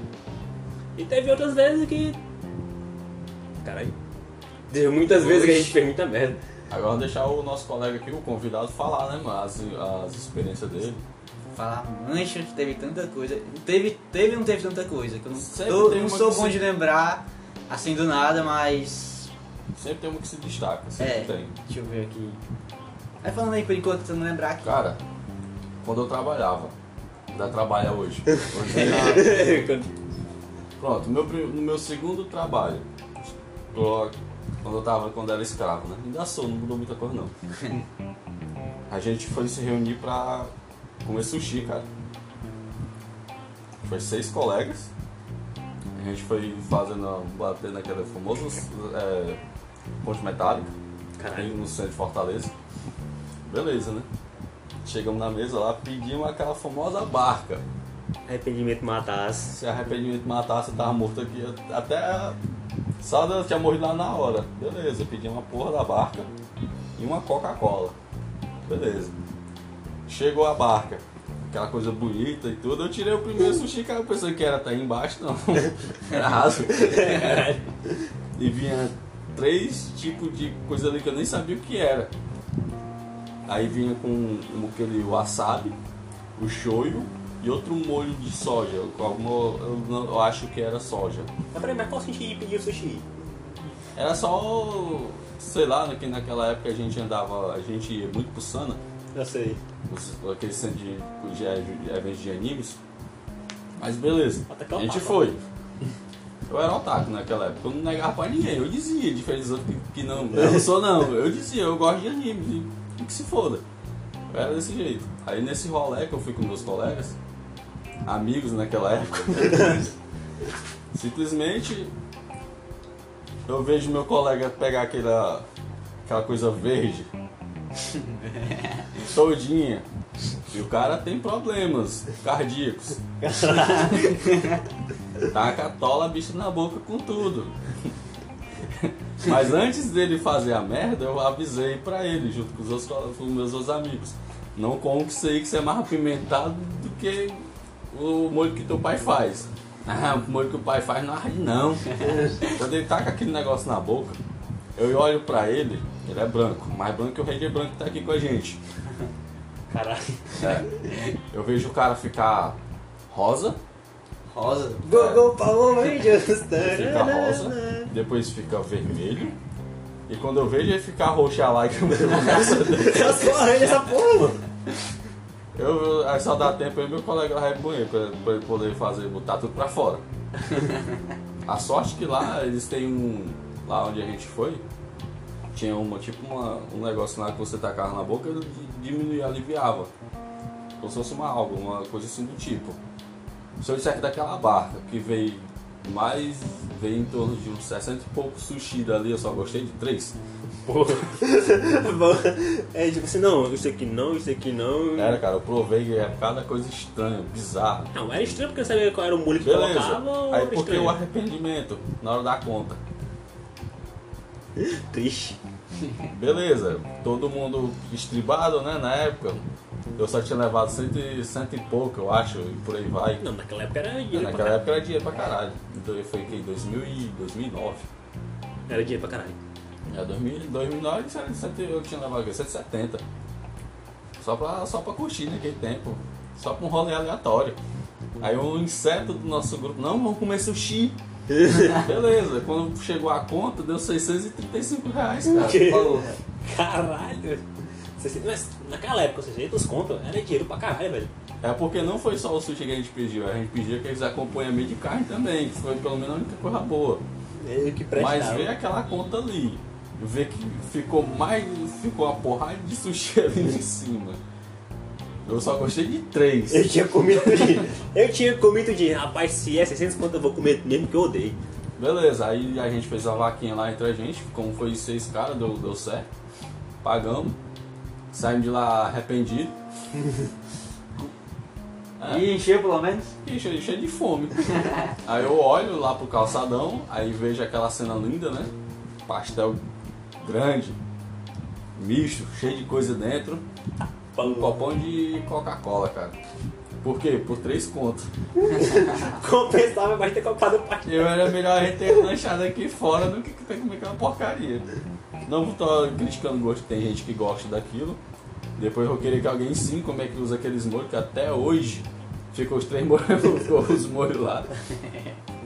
A: E teve outras vezes que. Caralho. Teve muitas vezes que a gente fez muita merda.
B: Agora deixar o nosso colega aqui, o convidado, falar, né, mano, as, as experiências dele.
C: Falar mancha, teve tanta coisa. Teve, teve ou não teve tanta coisa? Que eu não,
B: Sempre
C: tô-
B: teve
C: não
B: uma
C: sou
B: que
C: bom
B: se-
C: de lembrar assim do nada, mas.
B: Sempre tem uma que se destaca, sempre
C: é,
B: tem.
C: deixa eu ver aqui. Vai falando aí por enquanto, tentando lembrar aqui.
B: Cara, quando eu trabalhava, ainda trabalha hoje. Hoje é- Pronto, meu, prim- no meu segundo trabalho, tô- quando eu tava, quando era escravo, né? Ainda sou, não mudou muita coisa não. A gente foi se reunir pra comer sushi, cara. Foi seis colegas. A gente foi fazendo, a- batendo aquela famosa é, ponte metálica ali
A: Caralho.
B: no centro de Fortaleza. Beleza, né? Chegamos na mesa lá, pedimos aquela famosa barca.
A: Arrependimento matasse.
B: Se arrependimento matasse, eu tava morto aqui. Até a Sada tinha morrido lá na hora. Beleza, pedi uma porra da barca e uma Coca-Cola. Beleza. Chegou a barca, aquela coisa bonita e tudo. Eu tirei o primeiro sushi, cara. Eu pensei que era até aí embaixo, não. Era raso. E vinha três tipos de coisa ali que eu nem sabia o que era. Aí vinha com um, aquele wasabi, o shoyu e outro molho de soja. Com alguma, eu, não- eu acho que era soja.
A: Mas peraí, mas qual o sentido de pedir o sushi?
B: Era só, sei lá, né, que naquela época a gente andava, a gente ia muito pro Sana,
A: Eu sei.
B: os- aquele centro de, de, é, de eventos de animes. Mas beleza,
A: Até que é
B: a gente
A: otaku.
B: foi. Eu era otaku naquela época, eu não negava pra ninguém, eu dizia, diferente dos outros que, que não, eu não sou não, eu dizia, eu gosto de anime, e que se foda. Eu era desse jeito. Aí nesse rolê que eu fui com meus colegas, amigos naquela época, simplesmente eu vejo meu colega pegar aquela, aquela coisa verde todinha. E o cara tem problemas cardíacos. Taca a tola, bicho na boca com tudo. Mas antes dele fazer a merda, eu avisei pra ele, junto com os, outros, co- com meus outros amigos. Não como que isso aí que você é mais apimentado do que o molho que teu pai faz. Ah, o molho que o pai faz não arde não. Quando ele taca aquele negócio na boca, eu olho pra ele, ele é branco, mais branco que o Ranger Branco que tá aqui com a gente.
A: Caralho.
B: É. Eu vejo o cara ficar rosa,
C: Rosa.
D: Google Power Rangers.
B: fica rosa, depois fica vermelho. E quando eu vejo ele ficar roxo lá, que eu-
D: Eu sou arranha essa porra, mano.
B: eu aí só dá tempo aí meu colega lá rebanha pra, pra ele poder fazer, botar tudo pra fora. A sorte que lá eles têm um. Lá onde a gente foi, tinha uma, tipo uma, um negócio lá que você tacava na boca ele diminuía, aliviava. Como se fosse uma alga, uma coisa assim do tipo. Se eu disser que é daquela barca que veio mais. veio em torno de uns 60 e poucos sushi dali, eu só gostei de três.
A: Porra. é tipo assim, não, isso aqui não, isso aqui não.
B: Era, cara, eu provei é cada coisa estranha, bizarra.
A: Não, era estranho porque eu sabia qual era o molho que
B: Beleza.
A: colocava. ou era
B: Aí porque
A: estranho?
B: o arrependimento na hora da conta.
A: Triste.
B: Beleza, todo mundo estribado, né, na época. Eu só tinha levado cento e, cento e pouco, eu acho, e por aí vai.
A: Não, naquela época era dinheiro pra
B: Naquela
A: caralho.
B: época era dinheiro pra caralho. Então eu fui em 2000 e 2009.
A: Era dinheiro pra caralho.
B: É, 2000, 2009 isso era 100 eu tinha levado o quê? 170. Só pra, só pra curtir naquele tempo. Só pra um rolê aleatório. Aí um inseto do nosso grupo, não, vamos comer sushi. Beleza, quando chegou a conta, deu 635 reais, cara. Falou.
A: Caralho. Você- Mas naquela época, ou seja, dos contos, era dinheiro pra caralho, velho.
B: É porque não foi só o sushi que a gente pediu, a gente pediu aqueles acompanhamentos de carne também, que foi pelo menos a única coisa boa.
D: Meio que
B: Mas
D: prestava.
B: ver aquela conta ali, ver que ficou mais. ficou uma porrada de sushi ali em cima. Eu só gostei de três.
A: Eu tinha comido de. Eu tinha comido de. Rapaz, se é 600 conto, eu vou comer mesmo que eu odeio.
B: Beleza, aí a gente fez a vaquinha lá entre a gente, como foi seis caras, deu, deu certo. Pagamos. Saímos de lá arrependido. É.
C: E encheu pelo menos?
B: E cheio, cheio de fome. aí eu olho lá pro calçadão, aí vejo aquela cena linda, né? Pastel grande, misto, cheio de coisa dentro. Um
A: Falou.
B: copão de Coca-Cola, cara. Por quê? Por três contos.
A: Compensava mais ter comprado um o pastel.
B: Eu era melhor a gente ter lanchado aqui fora do que ter comido aquela porcaria. Não vou estar criticando o gosto, tem gente que gosta daquilo. Depois eu queria que alguém sim, como é que usa aqueles molhos, que até hoje ficou os três molhos, ficou os molhos lá.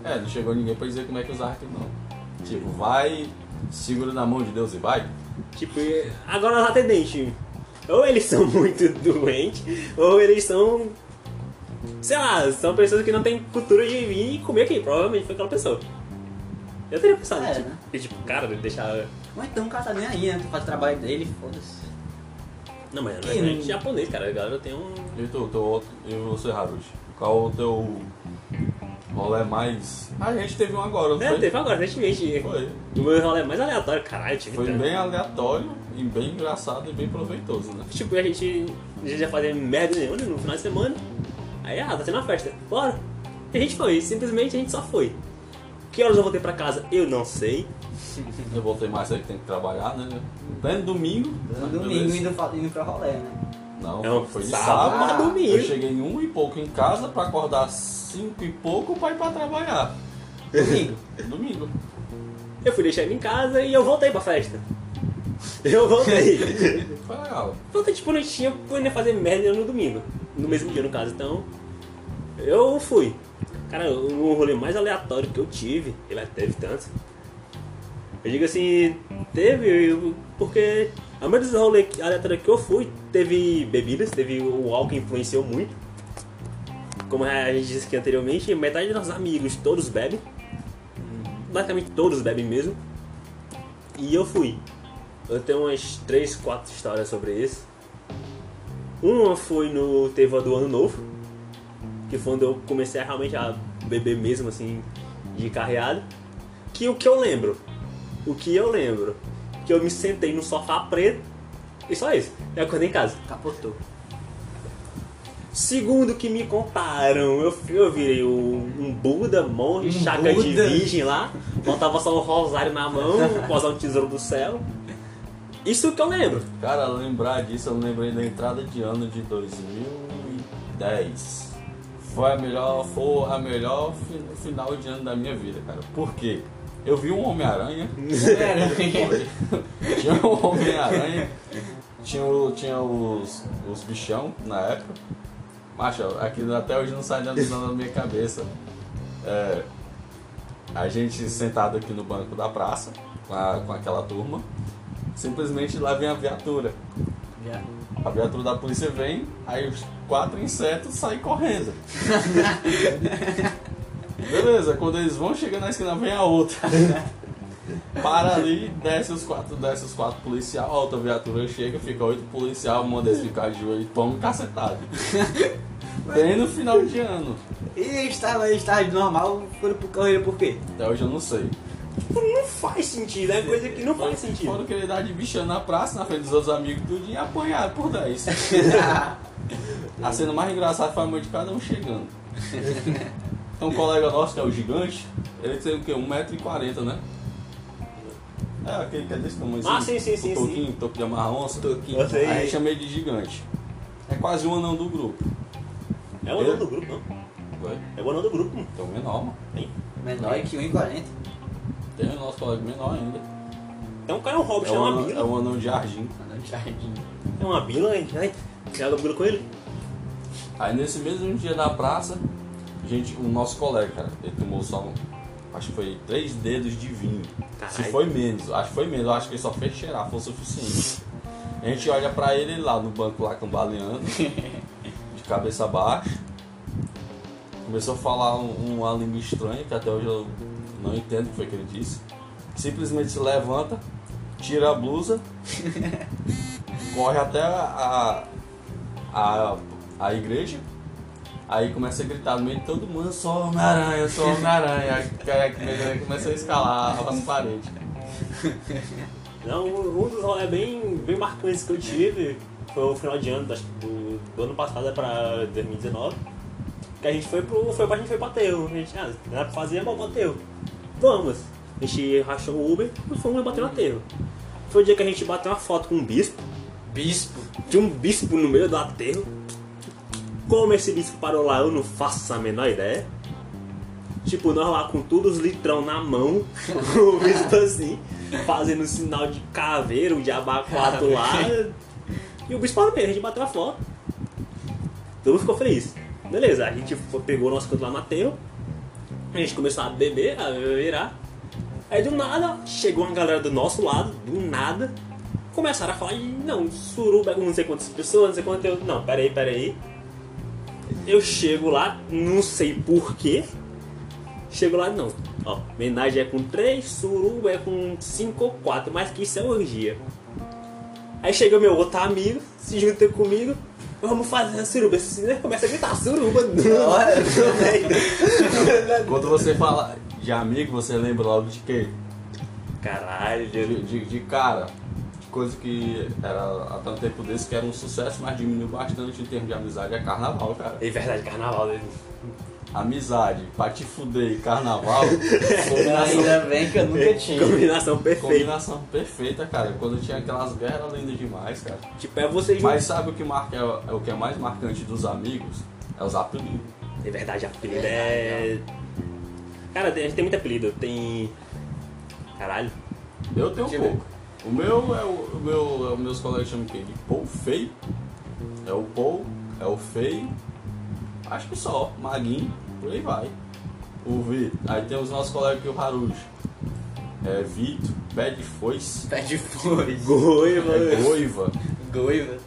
B: É, não chegou ninguém pra dizer como é que usar aquilo, não. Tipo, vai, segura na mão de Deus e vai.
A: Tipo, e- agora os atendentes, ou eles são muito doentes, ou eles são. Sei lá, são pessoas que não têm cultura de vir e comer aqui. Provavelmente foi aquela pessoa. Eu teria pensado,
C: É,
A: tipo,
C: né?
A: que, tipo, cara, deve deixar.
C: Ou então o cara tá nem aí, né? Tu faz o trabalho dele, foda-se.
A: Não, mas
C: Ih,
A: não é
C: não-
A: japonês, cara. A galera tem um.
B: E tu, teu outro, e você, Haruji? Qual o teu rolê mais. A gente teve um agora, não
A: É,
B: foi?
A: teve agora, recentemente.
B: Foi.
A: O meu rolê mais aleatório, caralho, tive
B: Foi
A: tanto.
B: bem aleatório e bem engraçado e bem proveitoso, né?
A: Tipo, a gente, a gente ia fazer merda nenhuma né, no final de semana. Aí, ah, tá tendo uma festa, bora. E a gente foi, simplesmente a gente só foi. Que horas eu voltei pra casa? Eu não sei.
B: Eu voltei mais aí que tem que trabalhar, né? Pleno domingo.
C: No
B: né?
C: domingo
B: Beleza.
C: indo, fa- indo pra rolê, né?
B: Não,
A: Não,
B: foi de
A: sábado,
B: sábado.
A: mas domingo.
B: Eu cheguei em um e pouco em casa pra acordar cinco e pouco pra ir pra trabalhar.
C: Domingo.
B: Domingo.
A: Eu fui deixar ele em casa e eu voltei pra festa. Eu voltei.
B: Foi legal.
A: voltei, tipo, não tinha, fui nem fazer merda no domingo. No mesmo dia, no caso, então. Eu fui. Cara, o rolê mais aleatório que eu tive, ele até teve tanto. Eu digo assim, teve, eu- porque a maioria dos rolês aleatórios que eu fui, teve bebidas, teve o álcool que influenciou muito. Como a gente disse aqui anteriormente, metade dos nossos amigos todos bebem. Basicamente todos bebem mesmo. E eu fui. Eu tenho umas 3, 4 histórias sobre isso. Uma foi no Teva do Ano Novo, que foi onde eu comecei a realmente a beber mesmo, assim, de carreado. Que o que eu lembro, o que eu lembro, que eu me sentei no sofá preto e só isso. Eu acordei em casa.
C: Capotou.
A: Segundo que me contaram, eu, eu virei um, um Buda, monge,
C: Um
A: chaga de
C: Buda.
A: virgem lá, botava só um rosário na mão, posar um tesouro do céu. Isso que eu lembro.
B: Cara, lembrar disso, eu lembrei da entrada de ano de 2010. Foi a melhor, foi a melhor fi- final de ano da minha vida, cara. Por quê? Eu vi um Homem-Aranha. É, né? Tinha um Homem-Aranha. Tinha, o- tinha os, os bichão na época. Macho, aquilo até hoje não sai da da minha cabeça. É, a gente sentado aqui no banco da praça, com, a- com aquela turma, simplesmente lá vem a viatura. A viatura da polícia vem, aí os quatro insetos saem correndo. Beleza, quando eles vão chegando na esquina, vem a outra. Para ali, desce os quatro, desce os quatro policial, a outra viatura chega, fica oito policial, uma deles fica de joelho, toma um cacetado. Bem no final de ano.
C: E eles estavam eles estavam de normal, foram pro correio por quê?
B: Até hoje eu não sei.
A: Tipo, não faz sentido, é coisa que não faz
B: Foram
A: sentido.
B: querer dar de bicha na praça, na frente dos outros amigos, tudo e apanharam por 10. A cena mais engraçada foi a mãe de cada um chegando. Então um colega nosso, que é o gigante, ele tem o quê? 1,40m, né? É, aquele que é desse tamanho.
A: Ah, sim, sim, sim,
B: Um toquinho, toque de amarra onça.
A: Eu sei.
B: Aí chamei de gigante. É quase o anão do grupo.
A: É o anão do grupo, não.
B: Ué,
A: É o anão do grupo, mano.
B: Então menor, mano.
C: Menor que 1,40.
B: Tem o nosso colega menor ainda.
A: Então o cara é um hobbit,
B: É
A: é
B: um
A: uma
B: anão, é
A: bila.
B: um anão de jardim.
C: Andando de jardim.
A: É uma bila, hein? Ai, joga bila com ele.
B: Aí nesse mesmo dia da praça, gente, o nosso colega, cara, ele tomou só um, acho que foi três dedos de vinho.
A: Caralho.
B: Se foi menos, acho que foi menos, eu acho que ele só fez cheirar, foi o suficiente. A gente olha pra ele lá no banco lá cambaleando, de cabeça baixa. Começou a falar um- uma língua estranha, que até hoje eu não entendo o que foi que ele disse. Simplesmente se levanta, tira a blusa, corre até a, a, a igreja. Aí começa a gritar no meio de todo mundo, eu sou Homem-Aranha, eu sou Homem-Aranha. Aí o cara que vem, ele começa a escalar as paredes.
A: Não, um dos rolês bem, bem marcantes que eu tive foi o final de ano, acho que do, do ano passado é pra 2019. Que a gente foi pro. Foi, a gente foi pra Teu. A gente, ah, não era pra fazer, mas vamos pra Teu. Vamos. A gente rachou o Uber e fomos bater no aterro. Foi o dia que a gente bateu uma foto com um bispo.
C: Bispo.
A: Tinha um bispo no meio do aterro. Como esse bispo parou lá, eu não faço a menor ideia. Tipo, nós lá com todos os litrão na mão, o bispo assim, fazendo sinal de caveiro, de abacuado lá. E o bispo parou mesmo, a gente bateu a foto. Todo mundo ficou feliz. Beleza, a gente foi- pegou o nosso canto lá no aterro. A gente começou a beber, a virar. Aí do nada, chegou uma galera do nosso lado, do nada. Começaram a falar, "Ih, não, suruba é com não sei quantas pessoas, não sei quanto. Eu, não, peraí, peraí. Eu chego lá, não sei porquê. Chego lá, não. Ó, homenagem é com três, suruba é com cinco ou quatro, mas que isso é orgia. Aí chega meu outro amigo, se junta comigo, vamos fazer a suruba. Esse menino começa a gritar suruba.
D: Olha,
B: Quando você fala de amigo, você lembra logo de quê?
A: Caralho,
B: De, de- de cara. De coisa que era há tanto tempo desse que era um sucesso, mas diminuiu bastante em termos de amizade. É carnaval, cara.
A: É verdade, carnaval. né?
B: Amizade, pra te fuder e carnaval, combinação,
C: Ainda é bem que eu nunca tinha.
A: Combinação perfeita.
B: combinação perfeita, cara. Quando tinha aquelas guerras, era linda demais, cara.
A: Tipo, é você junto.
B: Mas sabe o que, marca, é o que é mais marcante dos amigos? É os apelidos.
A: É verdade, apelido é. Cara, tem- a gente tem muito apelido. Tem. Caralho.
B: Eu tenho um
C: Deixa eu
B: pouco. O meu é o, o meu, é os meus colegas chamam quem? De Paul Feio. É o Paul, é o Feio. Acho que só, Maguinho, por aí vai. O Vitor. Aí tem os nossos colegas aqui, o Haruji. É Vitor, Pé de Foice,
C: Pé Tá de flores.
A: Goi,
B: é
A: mano.
B: Goiva.
C: Goiva.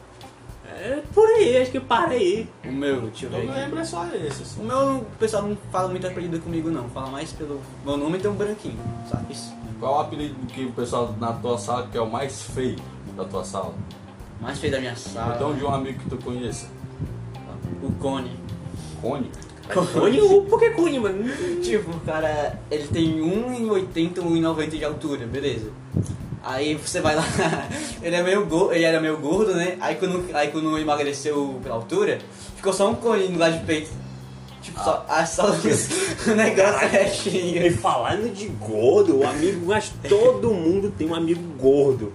A: É por aí, acho que para aí.
C: O meu, deixa eu
B: Eu
C: ver aqui.
B: lembro é só esses.
C: O meu, o pessoal não fala muito apelido comigo, não. Fala mais pelo meu nome e tem um branquinho, sabe? Isso.
B: Qual o apelido que o pessoal na tua sala que é o mais feio da tua sala?
C: Mais feio da minha sala.
B: Então de um amigo que tu conheça.
C: O Cone.
B: Cone.
A: É Cone ou por que Cone, mano?
C: Tipo, o cara, ele tem 1,80, 1,90 de altura, beleza. Aí você vai lá, ele, é meio go, ele era meio gordo, né? Aí quando, aí quando emagreceu pela altura, ficou só um cone no lugar de peito. Tipo, só, ah, só o negócio é
A: E
C: retinho.
A: falando de gordo, o amigo, mas todo mundo tem um amigo gordo.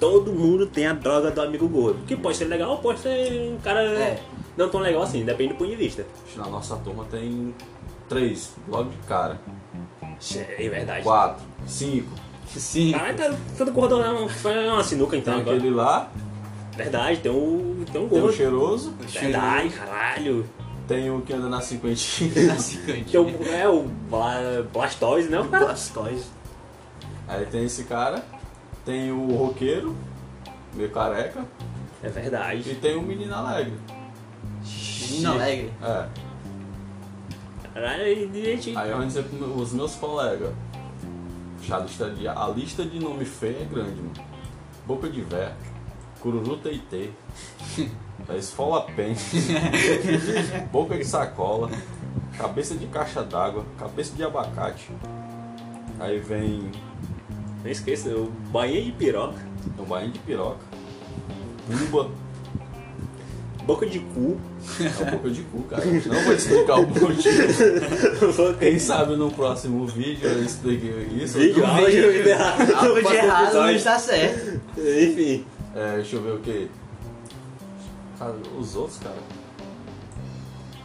A: Todo mundo tem a droga do amigo gordo. Que pode ser legal ou pode ser um cara
C: É.
A: não tão legal assim, depende do ponto de vista.
B: Acho que Na nossa turma tem três, logo de cara.
A: É verdade.
B: Quatro, cinco.
C: Sim.
A: Caralho, tá todo gordão é uma, é uma sinuca então
B: Tem
A: agora.
B: aquele lá,
A: Verdade, tem um, tem um
B: tem o
A: gordo.
B: cheiroso,
A: Verdade, caralho.
B: tem o que anda na cinquentinha.
C: Gigante.
A: Tem o, é o Bla- Blastoise, né? o cara?
C: Blastoise.
B: Aí tem esse cara, tem o roqueiro, meio careca,
A: É
B: e
A: verdade.
B: tem o menino alegre.
C: Menino alegre.
B: É.
A: Caralho, e a gente.
B: Aí eu vou dizer pros os meus colegas. puxa, A lista, de, a lista de nome feio é grande, mano. Boca de vé, cururu teitê, da é esfola pen, boca de sacola, cabeça de caixa d'água, cabeça de abacate. Aí vem
A: Não esqueça, o banheiro de piroca,
B: um bainho de piroca, bumba,
A: boca de cu.
B: é um boca de cu, cara. Não vou explicar o motivo. Quem sabe no próximo vídeo eu explico isso.
A: Vídeo,
B: Não
A: aula de vida errada.
C: Algo de
A: Próximo
C: errado não
A: episódio.
C: está certo.
A: tá- Enfim.
B: É, deixa eu ver o que. Cara, os outros, cara.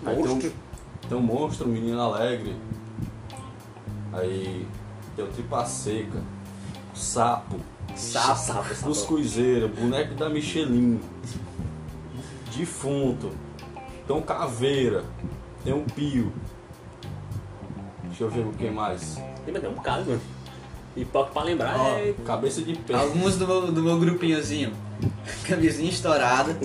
B: Aí tem um-
A: Monstro.
B: Tem um monstro, um menino alegre. Aí tem o tripa seca, sapo,
A: Sapo, sapo, sapo.
B: cuscuzeira, Tá boneco da Michelin, defunto, tem um caveira, tem um pio. Deixa eu ver o que mais.
A: Lembra, tem um bocado, mano. E pouco pra lembrar é.
B: Cabeça de pé.
C: Alguns do meu, do meu grupinhozinho. Camisinha estourada.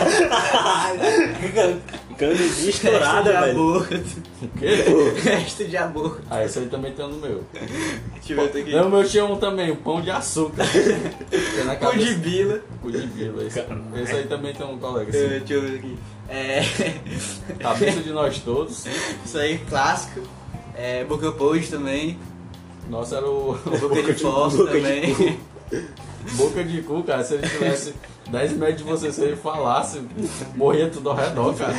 A: Camisinha estourada,
C: resto de
A: velho.
C: aborto.
B: O quê?
C: Resto de aborto.
B: Ah, esse aí também tem no meu.
C: Deixa eu ver aqui.
B: Não, meu tinha um também, o pão de açúcar. Tem na
C: Pão Um de
B: cabeça-
C: bila.
B: Cu de bila. Esse, esse aí também tem um colega.
C: Eh,
B: Assim.
C: Deixa eu ver aqui. É,
B: Cabeça de nós todos.
C: isso aí é clássico. É, Boca Pose também.
B: Nossa, era o.
C: Boca de Foz
A: boca de
C: também.
B: Boca de cu, cara. Se ele tivesse 10 metros de você, se ele falasse, morria tudo ao redor, cara.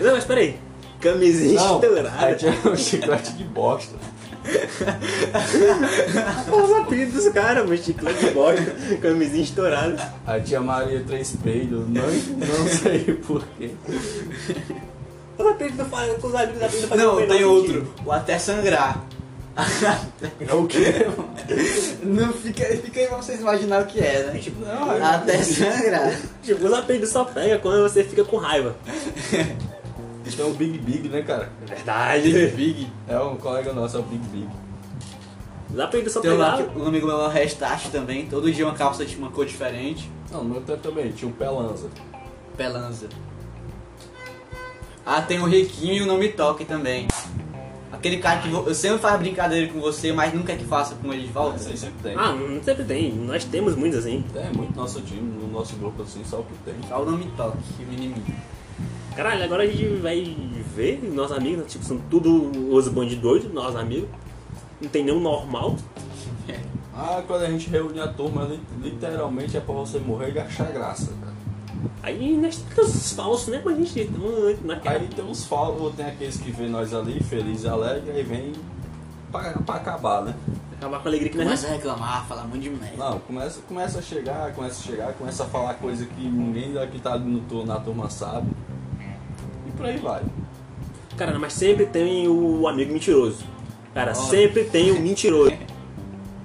A: Não, mas peraí. Camisinha
B: Não,
A: estourada.
B: aí tinha um chiclete de bosta.
A: Olha os apelidos dos caras, mas chiclete de bosta, camisinha estourada.
B: Aí tinha Maria Três Peidos, não, não sei porquê.
A: Os apelidos não fazem, os apelidos da fazem o
C: Não,
A: menor
C: tem
A: sentido.
C: outro. O Até Sangrar.
B: É o quê?
C: Não, fica, fica aí pra vocês imaginarem o que é, né? Tipo,
B: Não,
A: Ah,
B: é-
C: Até Sangrar.
A: Tipo, os apelidos só pega quando você fica com raiva.
B: Então o Big Big, né, cara?
C: É
B: Big
A: Verdade.
B: Big é um colega nosso, é o Big Big.
A: Lá pra ele só
C: Tem um,
A: pegar.
C: lá que- um amigo meu é o Restache também, todo dia uma calça de uma cor diferente.
B: Não, no meu tempo também, tinha o Pelanza.
C: Pelanza. Ah, tem o Riquinho e o Não Me Toque também. Aquele cara que vo- eu sempre faço brincadeira com você, mas nunca é que faça com ele de volta.
B: Isso aí sempre tem.
A: Ah, não sempre tem. Nós temos muitos assim.
B: É muito nosso time, no nosso grupo assim, só o que tem.
C: Só o Não Me Toque, o inimigo.
A: Caralho, agora a gente vai ver nossos amigos, tipo, são tudo os bandidos doidos, nossos amigos. Não tem nenhum normal.
B: Ah, quando a gente reúne a turma, li- literalmente é pra você morrer e achar graça, cara.
A: Aí nós temos os falsos, né? Mas a gente não, não é cara.
B: Aí tem uns falos, tem aqueles que vê nós ali, feliz e alegre, aí vem pra, pra acabar, né?
A: acabar com a alegria que nós
C: Começa a reclamar, falar muito de merda.
B: Não, começa, começa a chegar, começa a chegar, começa a falar coisa que ninguém daqui tá no, tu- na turma sabe. E por aí vai.
A: Cara, mas sempre tem o amigo mentiroso. Cara,
C: Olha.
A: sempre tem o mentiroso.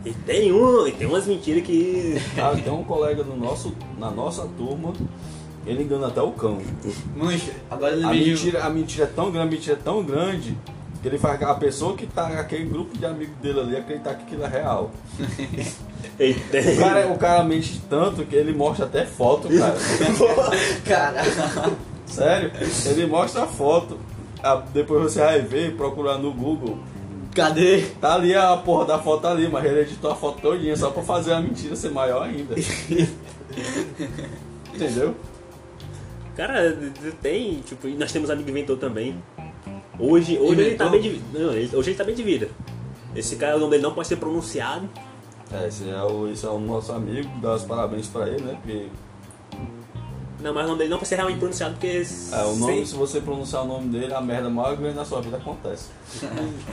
A: E tem um, e tem umas mentiras que.
B: Ah, tem um colega no nosso, na nossa turma, ele engana até o cão.
C: Mancha, agora ele
B: A
C: me
B: Ah, mentira, a mentira é tão grande, a mentira é tão grande, que ele faz a pessoa que tá, aquele grupo de amigos dele ali, acreditar que aquilo é real.
A: E
B: O
A: tem.
B: cara, o cara mente tanto que ele mostra até foto, cara.
C: Cara,
B: Sério, ele mostra a foto. Ah, Depois você vai ver, procurar no Google.
C: cadê?
B: Tá ali a porra da foto tá ali, mas ele editou a foto todinha só pra fazer a mentira ser maior ainda. Entendeu?
A: Cara, tem, tipo, e nós temos amigo inventor também. Hoje, hoje ele tá
C: Inventor?
A: bem de vida. Não, ele- hoje ele tá bem de vida. Esse cara, o nome dele não pode ser pronunciado.
B: É, esse é o, esse é o nosso amigo, dá os parabéns pra ele, né? Porque
A: Não, mas o nome dele não pode ser realmente pronunciado porque.
B: é, o nome, se
A: Sim,
B: você pronunciar o nome dele, a merda maior grande na sua vida acontece.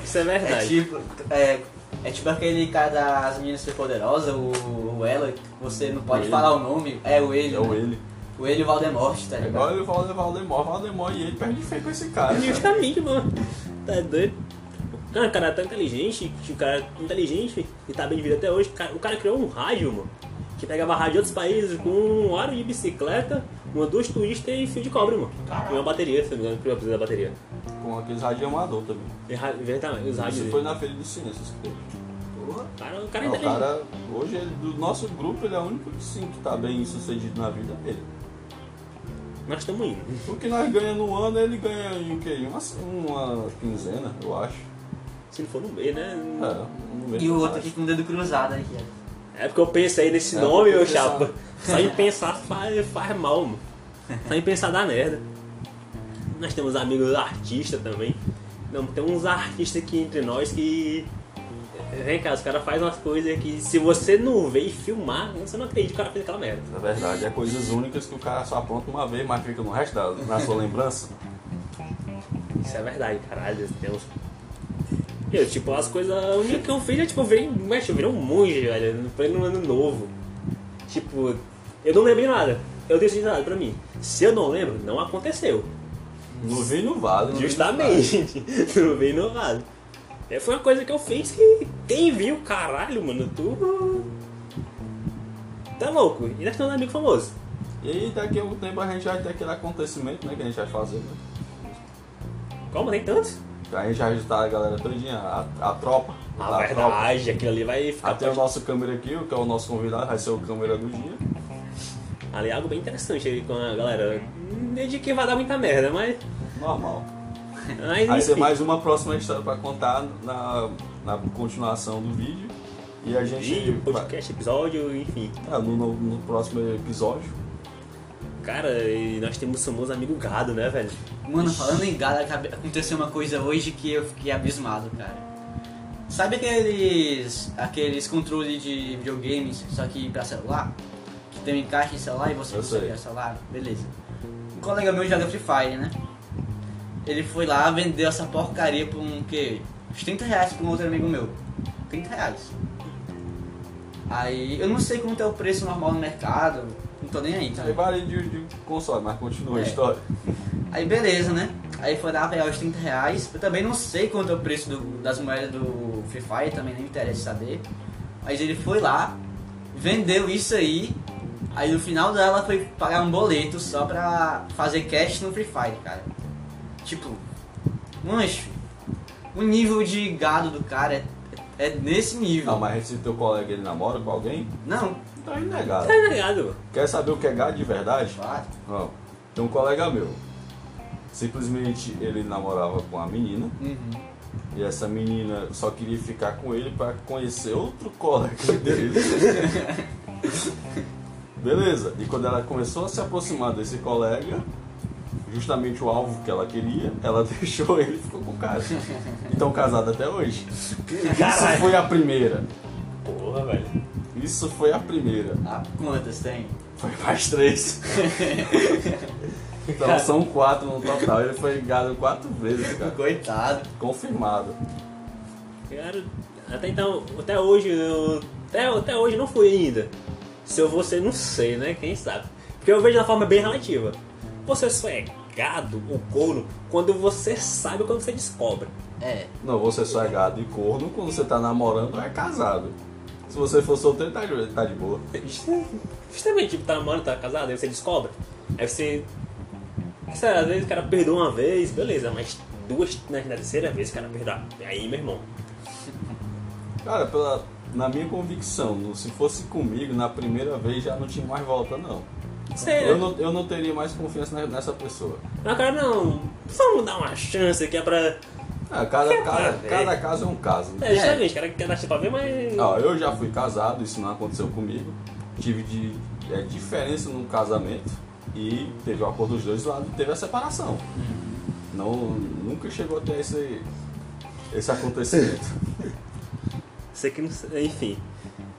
A: Isso é
C: É
A: verdade.
C: tipo, é, é tipo aquele cara das meninas superpoderosas, o, o ela, que você não pode
B: Ele.
C: falar o nome. É o ele.
B: É o ele.
C: O ele e o Valdemort, tá
B: É
C: ligado?
B: igual ele fala Valdemar, Valdemar e ele perde feio com esse cara. né? cara.
A: Justamente, mano. Tá doido. Cara, o cara é tão inteligente, que o cara é inteligente e tá bem de vida até hoje. Cara, O cara criou um rádio, mano. Que pegava rádio de outros países com um aro de bicicleta, uma duas twister e fio de cobre, mano. E uma bateria, se não me engano, que eu preciso da bateria.
B: Com aqueles radioamador também.
A: E ra- Verdade, os rádios.
B: Isso
A: dele.
B: foi na Feira de Ciências que teve.
A: Tá Cara, o cara é
B: É, o
A: inteligente.
B: cara, hoje, ele- do nosso grupo, ele é o único que sim que tá bem sucedido na vida dele.
A: Nós estamos indo.
B: O que nós ganhamos no ano, ele ganha em o quê? Em Uma, uma quinzena, eu acho.
A: Se não for no meio, né?
B: É, um mês,
C: E o
B: eu
C: outro
B: acho.
C: aqui com o dedo cruzado aqui, ó.
A: É porque eu pensei nesse
B: É,
A: nome,
B: eu
A: ô
B: vou pensar.
A: chapa. Só em pensar faz, faz mal, mano. Só em pensar dá merda. Nós temos amigos artistas também. Não, tem uns artistas aqui entre nós que. eh, Vem cá, os caras fazem umas coisas que se você não vê e filmar, você não acredita que o cara fez aquela merda.
B: Na verdade, é coisas únicas que o cara só apronta uma vez, mas fica no resto da na sua lembrança.
A: Isso é verdade, caralho, tem uns. Eu, tipo, as coisas. A única que eu fiz é, tipo, eu virei. Mexe, eu virei um monge, velho. Foi no ano novo. Tipo, eu não lembrei nada. Eu decidi nada pra mim. Se eu não lembro, não aconteceu.
B: Não vi no vale. não vi no vale.
A: Justamente. não bem inovado. É, foi uma coisa que eu fiz que quem viu, caralho, mano, tu. Tá louco. E nós temos um amigo famoso.
B: E aí, daqui a algum tempo, a gente vai ter aquele acontecimento, né, que a gente vai fazer, né?
A: Como tem tantos?
B: Pra gente ajudar a galera todinha, a, a tropa.
A: Na
B: a tropa.
A: verdade, aquilo ali vai ficar.
B: Ah, Até o nosso câmera aqui, o que é o nosso convidado, vai ser o câmera do dia.
A: Ali é algo bem interessante ali com a galera. Desde que vai dar muita merda, mas.
B: Normal.
A: mas
B: Vai ser
A: enfim.
B: mais uma próxima história pra contar na, na continuação do vídeo. E a gente.
A: Vídeo,
B: vai-
A: podcast, episódio, enfim.
B: é, no, no- no próximo episódio.
A: Cara, e nós temos o famoso amigo gado, né, velho?
C: Mano, falando em gado, acabe- aconteceu uma coisa hoje que eu fiquei abismado, cara. Sabe aqueles. aqueles controles de videogames, só que pra celular? Que tem um encaixe em celular e você
B: Eu
C: consegue
B: sei.
C: o celular? Beleza. Um colega meu joga Free Fire, né? Ele foi lá, vendeu essa porcaria por um que? Uns 30 reais pra um outro amigo meu. 30 reais. Aí, eu não sei quanto é o preço normal no mercado, não tô nem aí, tá?
B: Aí parei de, de console, mas continua
C: É.
B: a história.
C: Aí beleza, né? Aí foi lá pegar os 30 reais. Eu também não sei quanto é o preço do- das moedas do Free Fire, também nem me interessa saber. Mas ele foi lá, vendeu isso aí. Aí no final dela foi pagar um boleto só pra fazer cash no Free Fire, cara. Tipo, mancho, o nível de gado do cara é, é nesse nível.
B: Não, mas esse teu colega ele namora com alguém?
C: Não,
B: Então ele não é gado.
A: Tá negado, mano.
B: Quer saber o que é gado de verdade?
C: claro.
B: Não. Tem um colega meu. Simplesmente ele namorava com uma menina
C: Uhum.
B: e essa menina só queria ficar com ele pra conhecer outro colega dele. Beleza. E quando ela começou a se aproximar desse colega, justamente o alvo que ela queria, ela deixou ele e ficou com o cara. Então casado até hoje. Isso
A: Caralho.
B: foi a primeira.
A: Porra, velho.
B: Isso foi a primeira.
C: Ah, quantas tem?
B: Foi mais três. então são quatro no total. Ele foi ligado quatro vezes, cara.
C: Coitado.
B: Confirmado.
A: Cara, até então, até hoje, eu, até, até hoje não fui ainda. Se eu vou ser, não sei, né? Quem sabe? Porque eu vejo de uma forma bem relativa. Você só é gado ou corno quando você sabe quando você descobre.
C: É,
B: Não, você só é gado e corno quando você tá namorando ou é casado. Se você for solteiro, tá de, tá de boa.
A: Justamente, tipo, tá namorando, tá casado, aí você descobre. Aí você. Sei, lá, às vezes o cara perdoa uma vez, beleza, mas duas, né, na na terceira vez o cara perdoa. Aí, meu irmão.
B: Cara, pela, na minha convicção, no- se fosse comigo, na primeira vez já não tinha mais volta, não.
A: Sério.
B: Eu não, eu não teria mais confiança ne- nessa pessoa.
A: Não, cara, não. Vamos dar uma chance que é pra.
B: Ah, cada,
A: cara,
B: cada, cada
A: velho.
B: caso é um caso.
A: É, justamente, o cara quer dar chance pra ver, mas.
B: Ó, eu já fui casado, isso não aconteceu comigo. Tive de, é, diferença num casamento e teve o acordo dos dois lados e teve a separação.
A: Uhum.
B: Não, nunca chegou a ter esse, esse acontecimento.
A: Sei que não sei, enfim.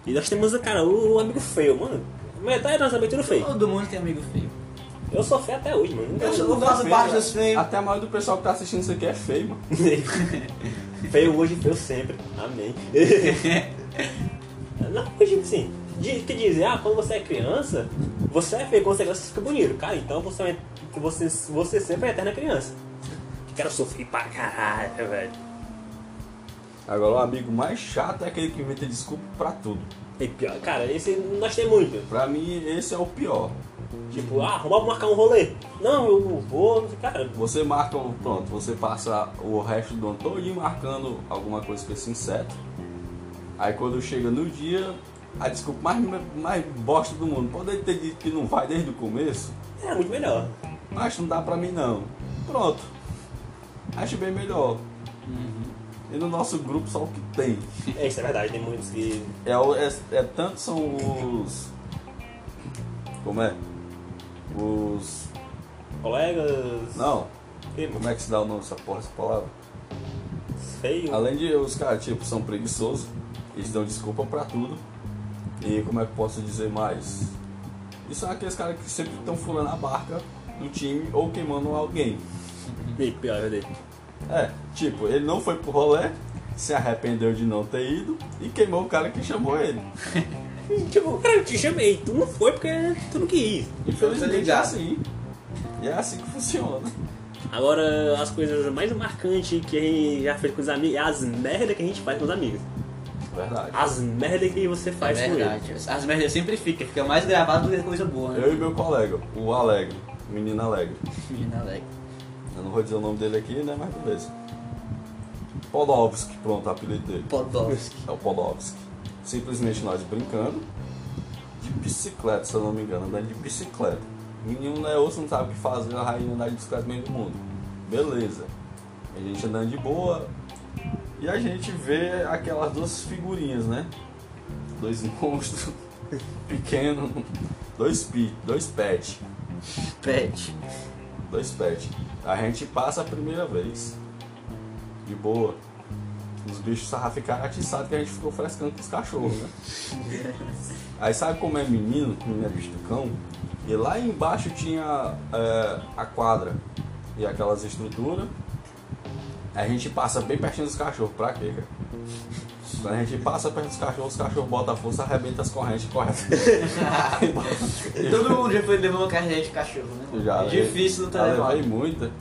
A: E nós temos, cara, o, o amigo feio, mano. Metade da nossa aventura feio.
C: todo mundo tem amigo feio.
A: Eu sou feio até hoje, mano.
C: Eu
A: Nunca-
C: sou- faço
B: Feio,
C: parte
B: né?
C: dos feios.
B: Até a maioria do pessoal que tá assistindo isso aqui é feio, mano.
A: feio hoje, feio sempre. Amém. não, hoje sim. De, que dizer, ah, quando você é criança, você é feio, quando você é criança, você fica bonito. Cara, então você, é- você, você sempre é eterna criança. Cara, eu sou feio pra caralho, velho.
B: Agora, o amigo mais chato é aquele que inventa desculpa pra tudo.
A: E pior, cara, esse nós temos muito.
B: Pra mim, esse é o pior.
A: Tipo, ah, vamos marcar um rolê. Não, eu não vou, cara,
B: Você marca, o- pronto, você passa o resto do ano todinho marcando alguma coisa com esse inseto. Aí quando chega no dia, a desculpa mais, mais bosta do mundo. Pode ter dito que não vai desde o começo,
A: é muito melhor.
B: mas não dá pra mim não. Pronto. Acho bem melhor.
C: Uhum.
B: E no nosso grupo só o que tem.
A: É, isso é verdade, tem muitos que.
B: É, o- é, é tanto são os. Como é? Os.
A: colegas.
B: Não,
A: que-
B: como é que se dá o nome dessa porra, essa palavra?
A: Feio.
B: Além de os caras, tipo, são preguiçosos, eles dão desculpa pra tudo. E como é que eu posso dizer mais? E são aqueles caras que sempre estão furando a barca do time ou queimando alguém.
A: E pior, verdade.
B: É, tipo, ele não foi pro rolê, se arrependeu de não ter ido e queimou o cara que chamou ele.
A: Tipo, cara, eu te chamei, tu não foi porque tu não quis.
B: Infelizmente é
C: ligado.
B: assim. E é assim que funciona.
A: Agora, as coisas mais marcantes que a gente já fez com os amigos é as merdas que a gente faz com os amigos.
B: Verdade.
A: As merdas que você
C: É
A: faz com eles.
C: verdade. As merdas sempre ficam, fica mais gravado do que coisa boa, né?
B: Eu e meu colega, o Alegre, o menino Alegre.
C: Menina Alex.
B: Eu não vou dizer o nome dele aqui, né? Mas beleza. Podovski, pronto, o apelido dele.
C: Podolski.
B: É o Podovski. Simplesmente nós brincando de bicicleta, se eu não me engano, andando de bicicleta. Nenhum né, outro não sabe o que fazer, a rainha andar de bicicleta no meio do mundo. Beleza. A gente andando de boa. E a gente vê aquelas duas figurinhas, né? Dois monstros pequenos, dois pi, dois pet,
C: Pet.
B: dois pet. A gente passa a primeira vez. De boa. Os bichos sarra ficaram atiçados que a gente ficou frescando com os cachorros, né? Aí sabe como é menino, que menino é bicho do cão? E lá embaixo tinha é, a quadra e aquelas estruturas. A gente passa bem pertinho dos cachorros, pra quê, cara? Quando a gente passa perto dos cachorros, os cachorros botam a força, arrebenta as correntes, corre.
C: Todo mundo já foi levou uma carreira de cachorro, né?
B: Já
C: é difícil não tá
B: já
C: levado.
B: levei muita.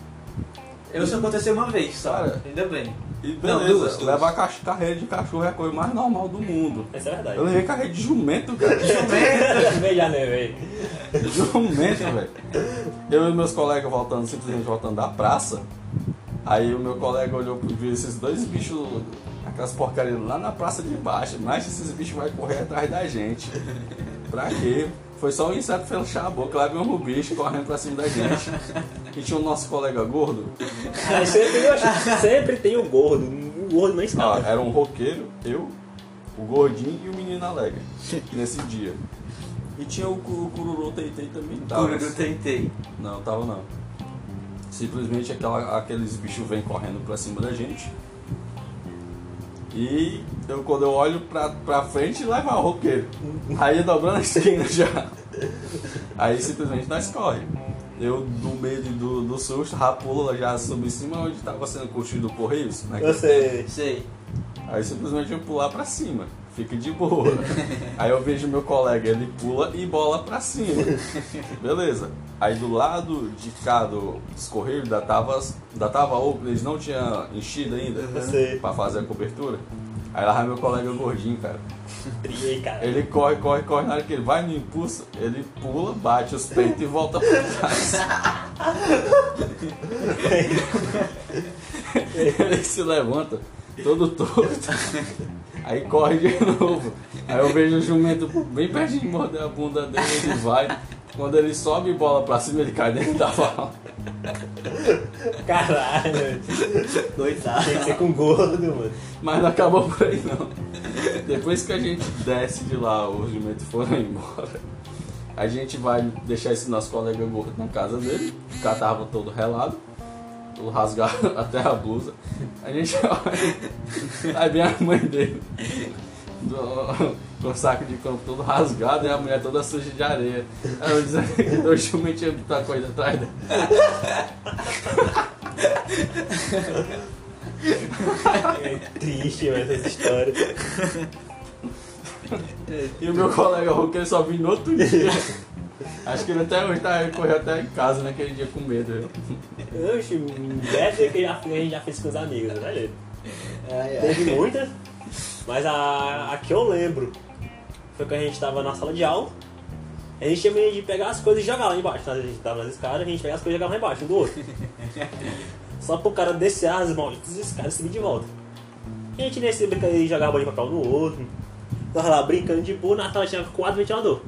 C: Eu só aconteceu uma vez só,
B: Cara.
C: ainda bem.
B: E
C: Não,
B: beleza,
C: duas, duas.
B: levar cach- carreira de cachorro é a coisa mais normal do mundo.
A: Essa é a verdade. né,
B: Eu levei carreira de jumento, cara.
A: Eu também já levei.
B: Jumento, velho. Eu e meus colegas voltando, simplesmente voltando da praça. Aí o meu colega olhou pro viu esses dois bichos, aquelas porcarias lá na praça de baixo. Mas esses bichos vai correr atrás da gente. Pra quê? Foi só o inseto fechar a boca, lá veio um bicho correndo pra cima da gente. E tinha o nosso colega gordo,
A: Mas sempre, eu acho- sempre tem o gordo. O gordo não
B: Ó,
A: escapa.
B: era um roqueiro, eu, o gordinho e o menino alegre, nesse dia. E tinha o, cu- o cururu teitei também, tava.
C: Cura do Tentei.
B: Não, tava não. Simplesmente aquela- aqueles bichos vêm correndo pra cima da gente. E eu, quando eu olho pra, pra frente, lá vai o roqueiro. Aí dobrando a esquina já. Aí simplesmente nós corre. Eu, do meio de- do, do susto, rapulo, já subi em cima onde tava sendo construído o né? Correios. naquele
D: Eu sei.
C: Sei.
B: Aí simplesmente eu pular pra cima. Fica de boa. Aí eu vejo meu colega, ele pula e bola pra cima. Beleza. Aí do lado de cá do escorreiro da tava, da tava open, eles não tinham enchido ainda
D: sei.
B: pra fazer a cobertura. Aí lá vai meu colega gordinho, cara.
A: Triei, cara.
B: Ele corre, corre, corre. Na hora que ele vai no impulso, ele pula, bate os peitos e volta pra trás. ele se levanta, todo torto. Aí corre de novo. Aí eu vejo o jumento bem pertinho de morder a bunda dele, ele vai. Quando ele sobe e bola pra cima, ele cai dentro da vala.
A: Caralho.
C: Coitado.
A: Tem que ser com gordo, mano.
B: Mas não acabou por aí não. Depois que a gente desce de lá, os jumentos foram embora. A gente vai deixar esse nosso colega gordo na casa dele. O cara tava todo relado. Todo rasgado até a blusa. A gente olha. Aí vem a mãe dele. do- com o saco de campo todo rasgado e a mulher toda suja de areia. Ela diz o jumento ia botar tá coisa atrás dela.
A: É triste, mas essa história.
B: E o meu colega roqueiro só vim no outro dia. Acho que ele até hoje tá, ele correu até em casa naquele dia com medo.
A: Oxe, deve que a gente já fez com os amigos, né, gente?
C: É.
D: Ai, ai.
A: Teve muitas, mas a, a que eu lembro foi que a gente tava na sala de aula. A gente tinha medo de pegar as coisas e jogar lá embaixo. A gente tava nas escadas, a gente pegava as coisas e jogava lá embaixo, um do outro. Só pro cara descer as malditas escadas e subir de volta. E a gente nesse brincadeira de jogar bolinha pra cá um no outro. Tava lá brincando de boa, na sala tinha quatro ventilador.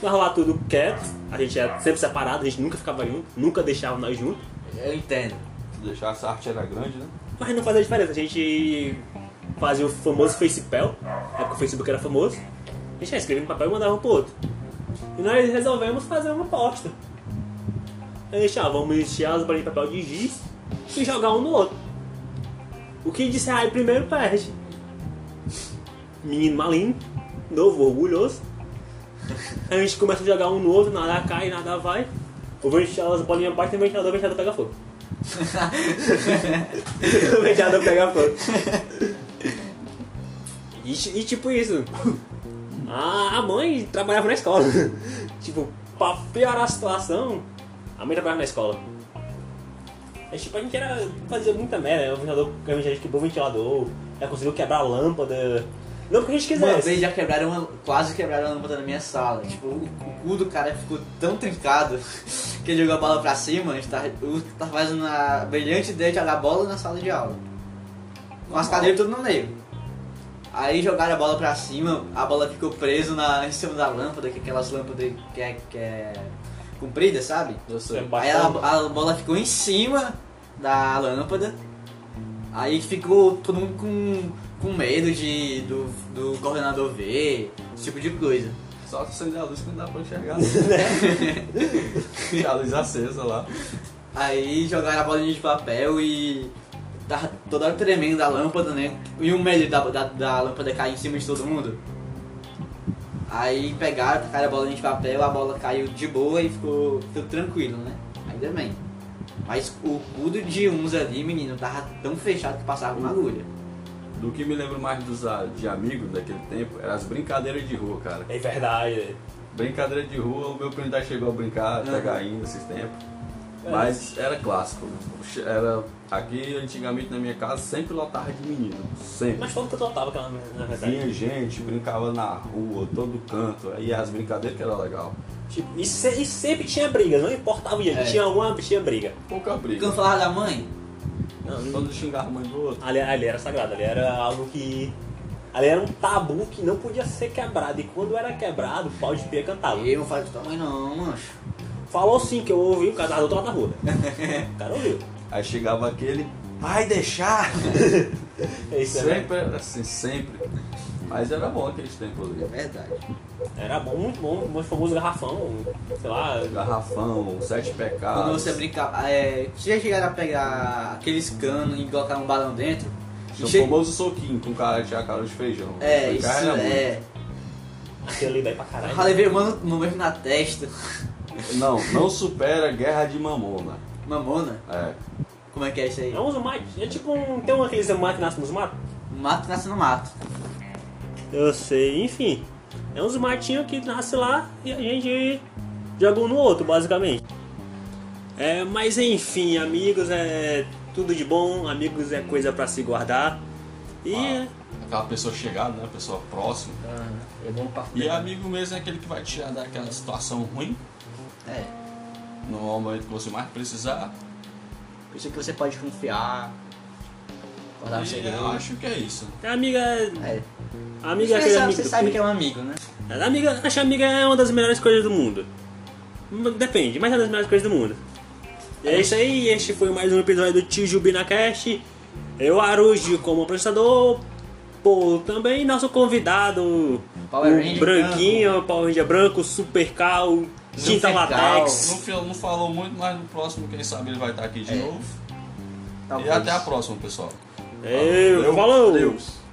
A: Tava lá tudo quieto, a gente era sempre separado, a gente nunca ficava junto, nunca deixava nós juntos.
C: Eu entendo.
B: Deixar essa arte era grande, né?
A: Mas não fazia diferença, a gente fazia o famoso Facepel, na época o Facebook era famoso, a gente ia escrevendo no papel e mandava um pro outro. E nós resolvemos fazer uma aposta. A gente, ah, vamos encher as bolinhas de papel de giz e jogar um no outro. O que disser ah, primeiro perde. Menino malinho, novo, orgulhoso. A gente começa a jogar um no outro, nada cai, nada vai. Eu vou encher as bolinhas baixo e o ventilador, o ventilador pega fogo. O ventilador pega fogo. E, ti- e tipo isso. A, a mãe trabalhava na escola. tipo, pra piorar a situação, a mãe trabalhava na escola. É tipo, a gente era, fazia muita merda. né? O ventilador, a gente quebrou o ventilador, ela conseguiu quebrar a lâmpada. Não porque a gente
C: Uma
A: quisesse.
C: vez já quebraram uma, quase quebraram uma lâmpada na minha sala. Tipo, o, o cu do cara ficou tão trincado que ele jogou a bola pra cima. A gente tá, o, tá fazendo a brilhante ideia de jogar bola na sala de aula. Com as cadeiras tudo no meio. Aí jogaram a bola pra cima, a bola ficou presa na, em cima da lâmpada, que é aquelas lâmpadas que é, que é comprida, sabe?
B: Eu sei.
A: Bate
C: Aí a,
A: na
C: a bola ficou em cima da lâmpada. Aí ficou todo mundo com, com medo de, do, do coordenador ver, esse tipo de coisa.
B: Só acender a luz que não dá pra enxergar. E a luz acesa lá.
C: Aí jogaram a bolinha de papel e tava toda hora tremendo a lâmpada, né? E o medo da, da, da lâmpada cair em cima de todo mundo. Aí pegaram, tacaram a bolinha de papel, a bola caiu de boa e ficou tudo tranquilo, né? Ainda bem. Mas o cudo de uns ali, menino, tava tão fechado que passava uma agulha.
B: Do que me lembro mais dos, a- de amigos daquele tempo, eram as brincadeiras de rua, cara.
A: É verdade.
B: tá É. Brincadeira de rua, o meu primo ainda chegou a brincar, até ainda esses tempos. Mas era clássico. né? Era aqui antigamente na minha casa sempre lotava de menino. Sempre.
A: Mas todo que eu tava aquela merda, na verdade.
B: Vinha gente, brincava na rua, todo canto. Aí as brincadeiras que era legal.
A: Tipo, e, se- e sempre tinha briga, não importava o dia,
C: É.
A: tinha alguma tinha briga.
B: Pouca briga.
C: Quando falava da mãe,
B: Todo xingava a mãe do outro.
A: Ali, ali era sagrado, ali era algo que. Ali era um tabu que não podia ser quebrado. E quando era quebrado, o pau de pia cantava.
C: eu não falo com tua mãe não, mancho.
A: Falou sim que eu ouvi um casal do outro lado da rua. O cara ouviu.
B: Aí chegava aquele, vai deixar!
A: É Isso era,
B: Sempre era assim, sempre. Mas era bom aqueles tempos
C: É
B: ali.
C: verdade.
A: era bom, muito bom, o mais famoso garrafão, sei lá.
B: Garrafão, sete pecados.
C: Quando você brincava, é, vocês já chegaram a pegar aqueles canos e colocar um balão dentro?
B: O
C: Che-
B: um famoso soquinho com cara tinha cara de feijão.
C: É,
B: Foi
C: isso,
B: carne na mão.
C: é.
A: Aquele ali daí pra caralho.
C: Eu levei mano no mesmo na testa.
B: Não, não supera a guerra de mamona.
C: Mamona?
B: É.
C: Como é que é isso aí?
A: É um zumate, é tipo um. Tem um aqueles zumate que nasce nos matos?
C: Mato nasce no mato.
A: Eu sei, enfim. É uns matinhos que nasce lá e a gente joga um no outro, basicamente. É, mas enfim, amigos é tudo de bom, amigos é coisa pra se guardar. E
B: Aquela pessoa chegada, né? Pessoa próxima.
C: Ah,
E: É
C: um
E: bom pra
B: E amigo mesmo é aquele que vai te tirar daquela situação ruim,
C: É.
B: no momento que você mais precisar.
C: Pessoa que você pode confiar. Guardar um
B: E eu
C: segredo.
B: acho que é isso.
A: a amiga.
C: É.
A: Amiga é
C: você
A: aquele
C: sabe,
A: amigo.
C: você
A: do
C: sabe
A: filho.
C: que é um amigo, né?
A: A Amiga, acho que amiga é uma das melhores coisas do mundo. Depende, mas é uma das melhores coisas do mundo. E é isso aí, este foi mais um episódio do Tio JubinaCast. Eu, Arujo, como apresentador. Pô, também nosso convidado,
C: Power
A: o
C: Ranger
A: Branquinho, Power Ranger Branco, Super Cal, Tinta
C: Cal.
B: No
A: Latex.
B: filme não falou muito, mas no próximo, quem sabe, ele vai estar aqui de
C: É.
B: novo.
C: Talvez.
B: E até a próxima, pessoal.
A: Eu,
B: Valeu,
A: falou!
B: Deus.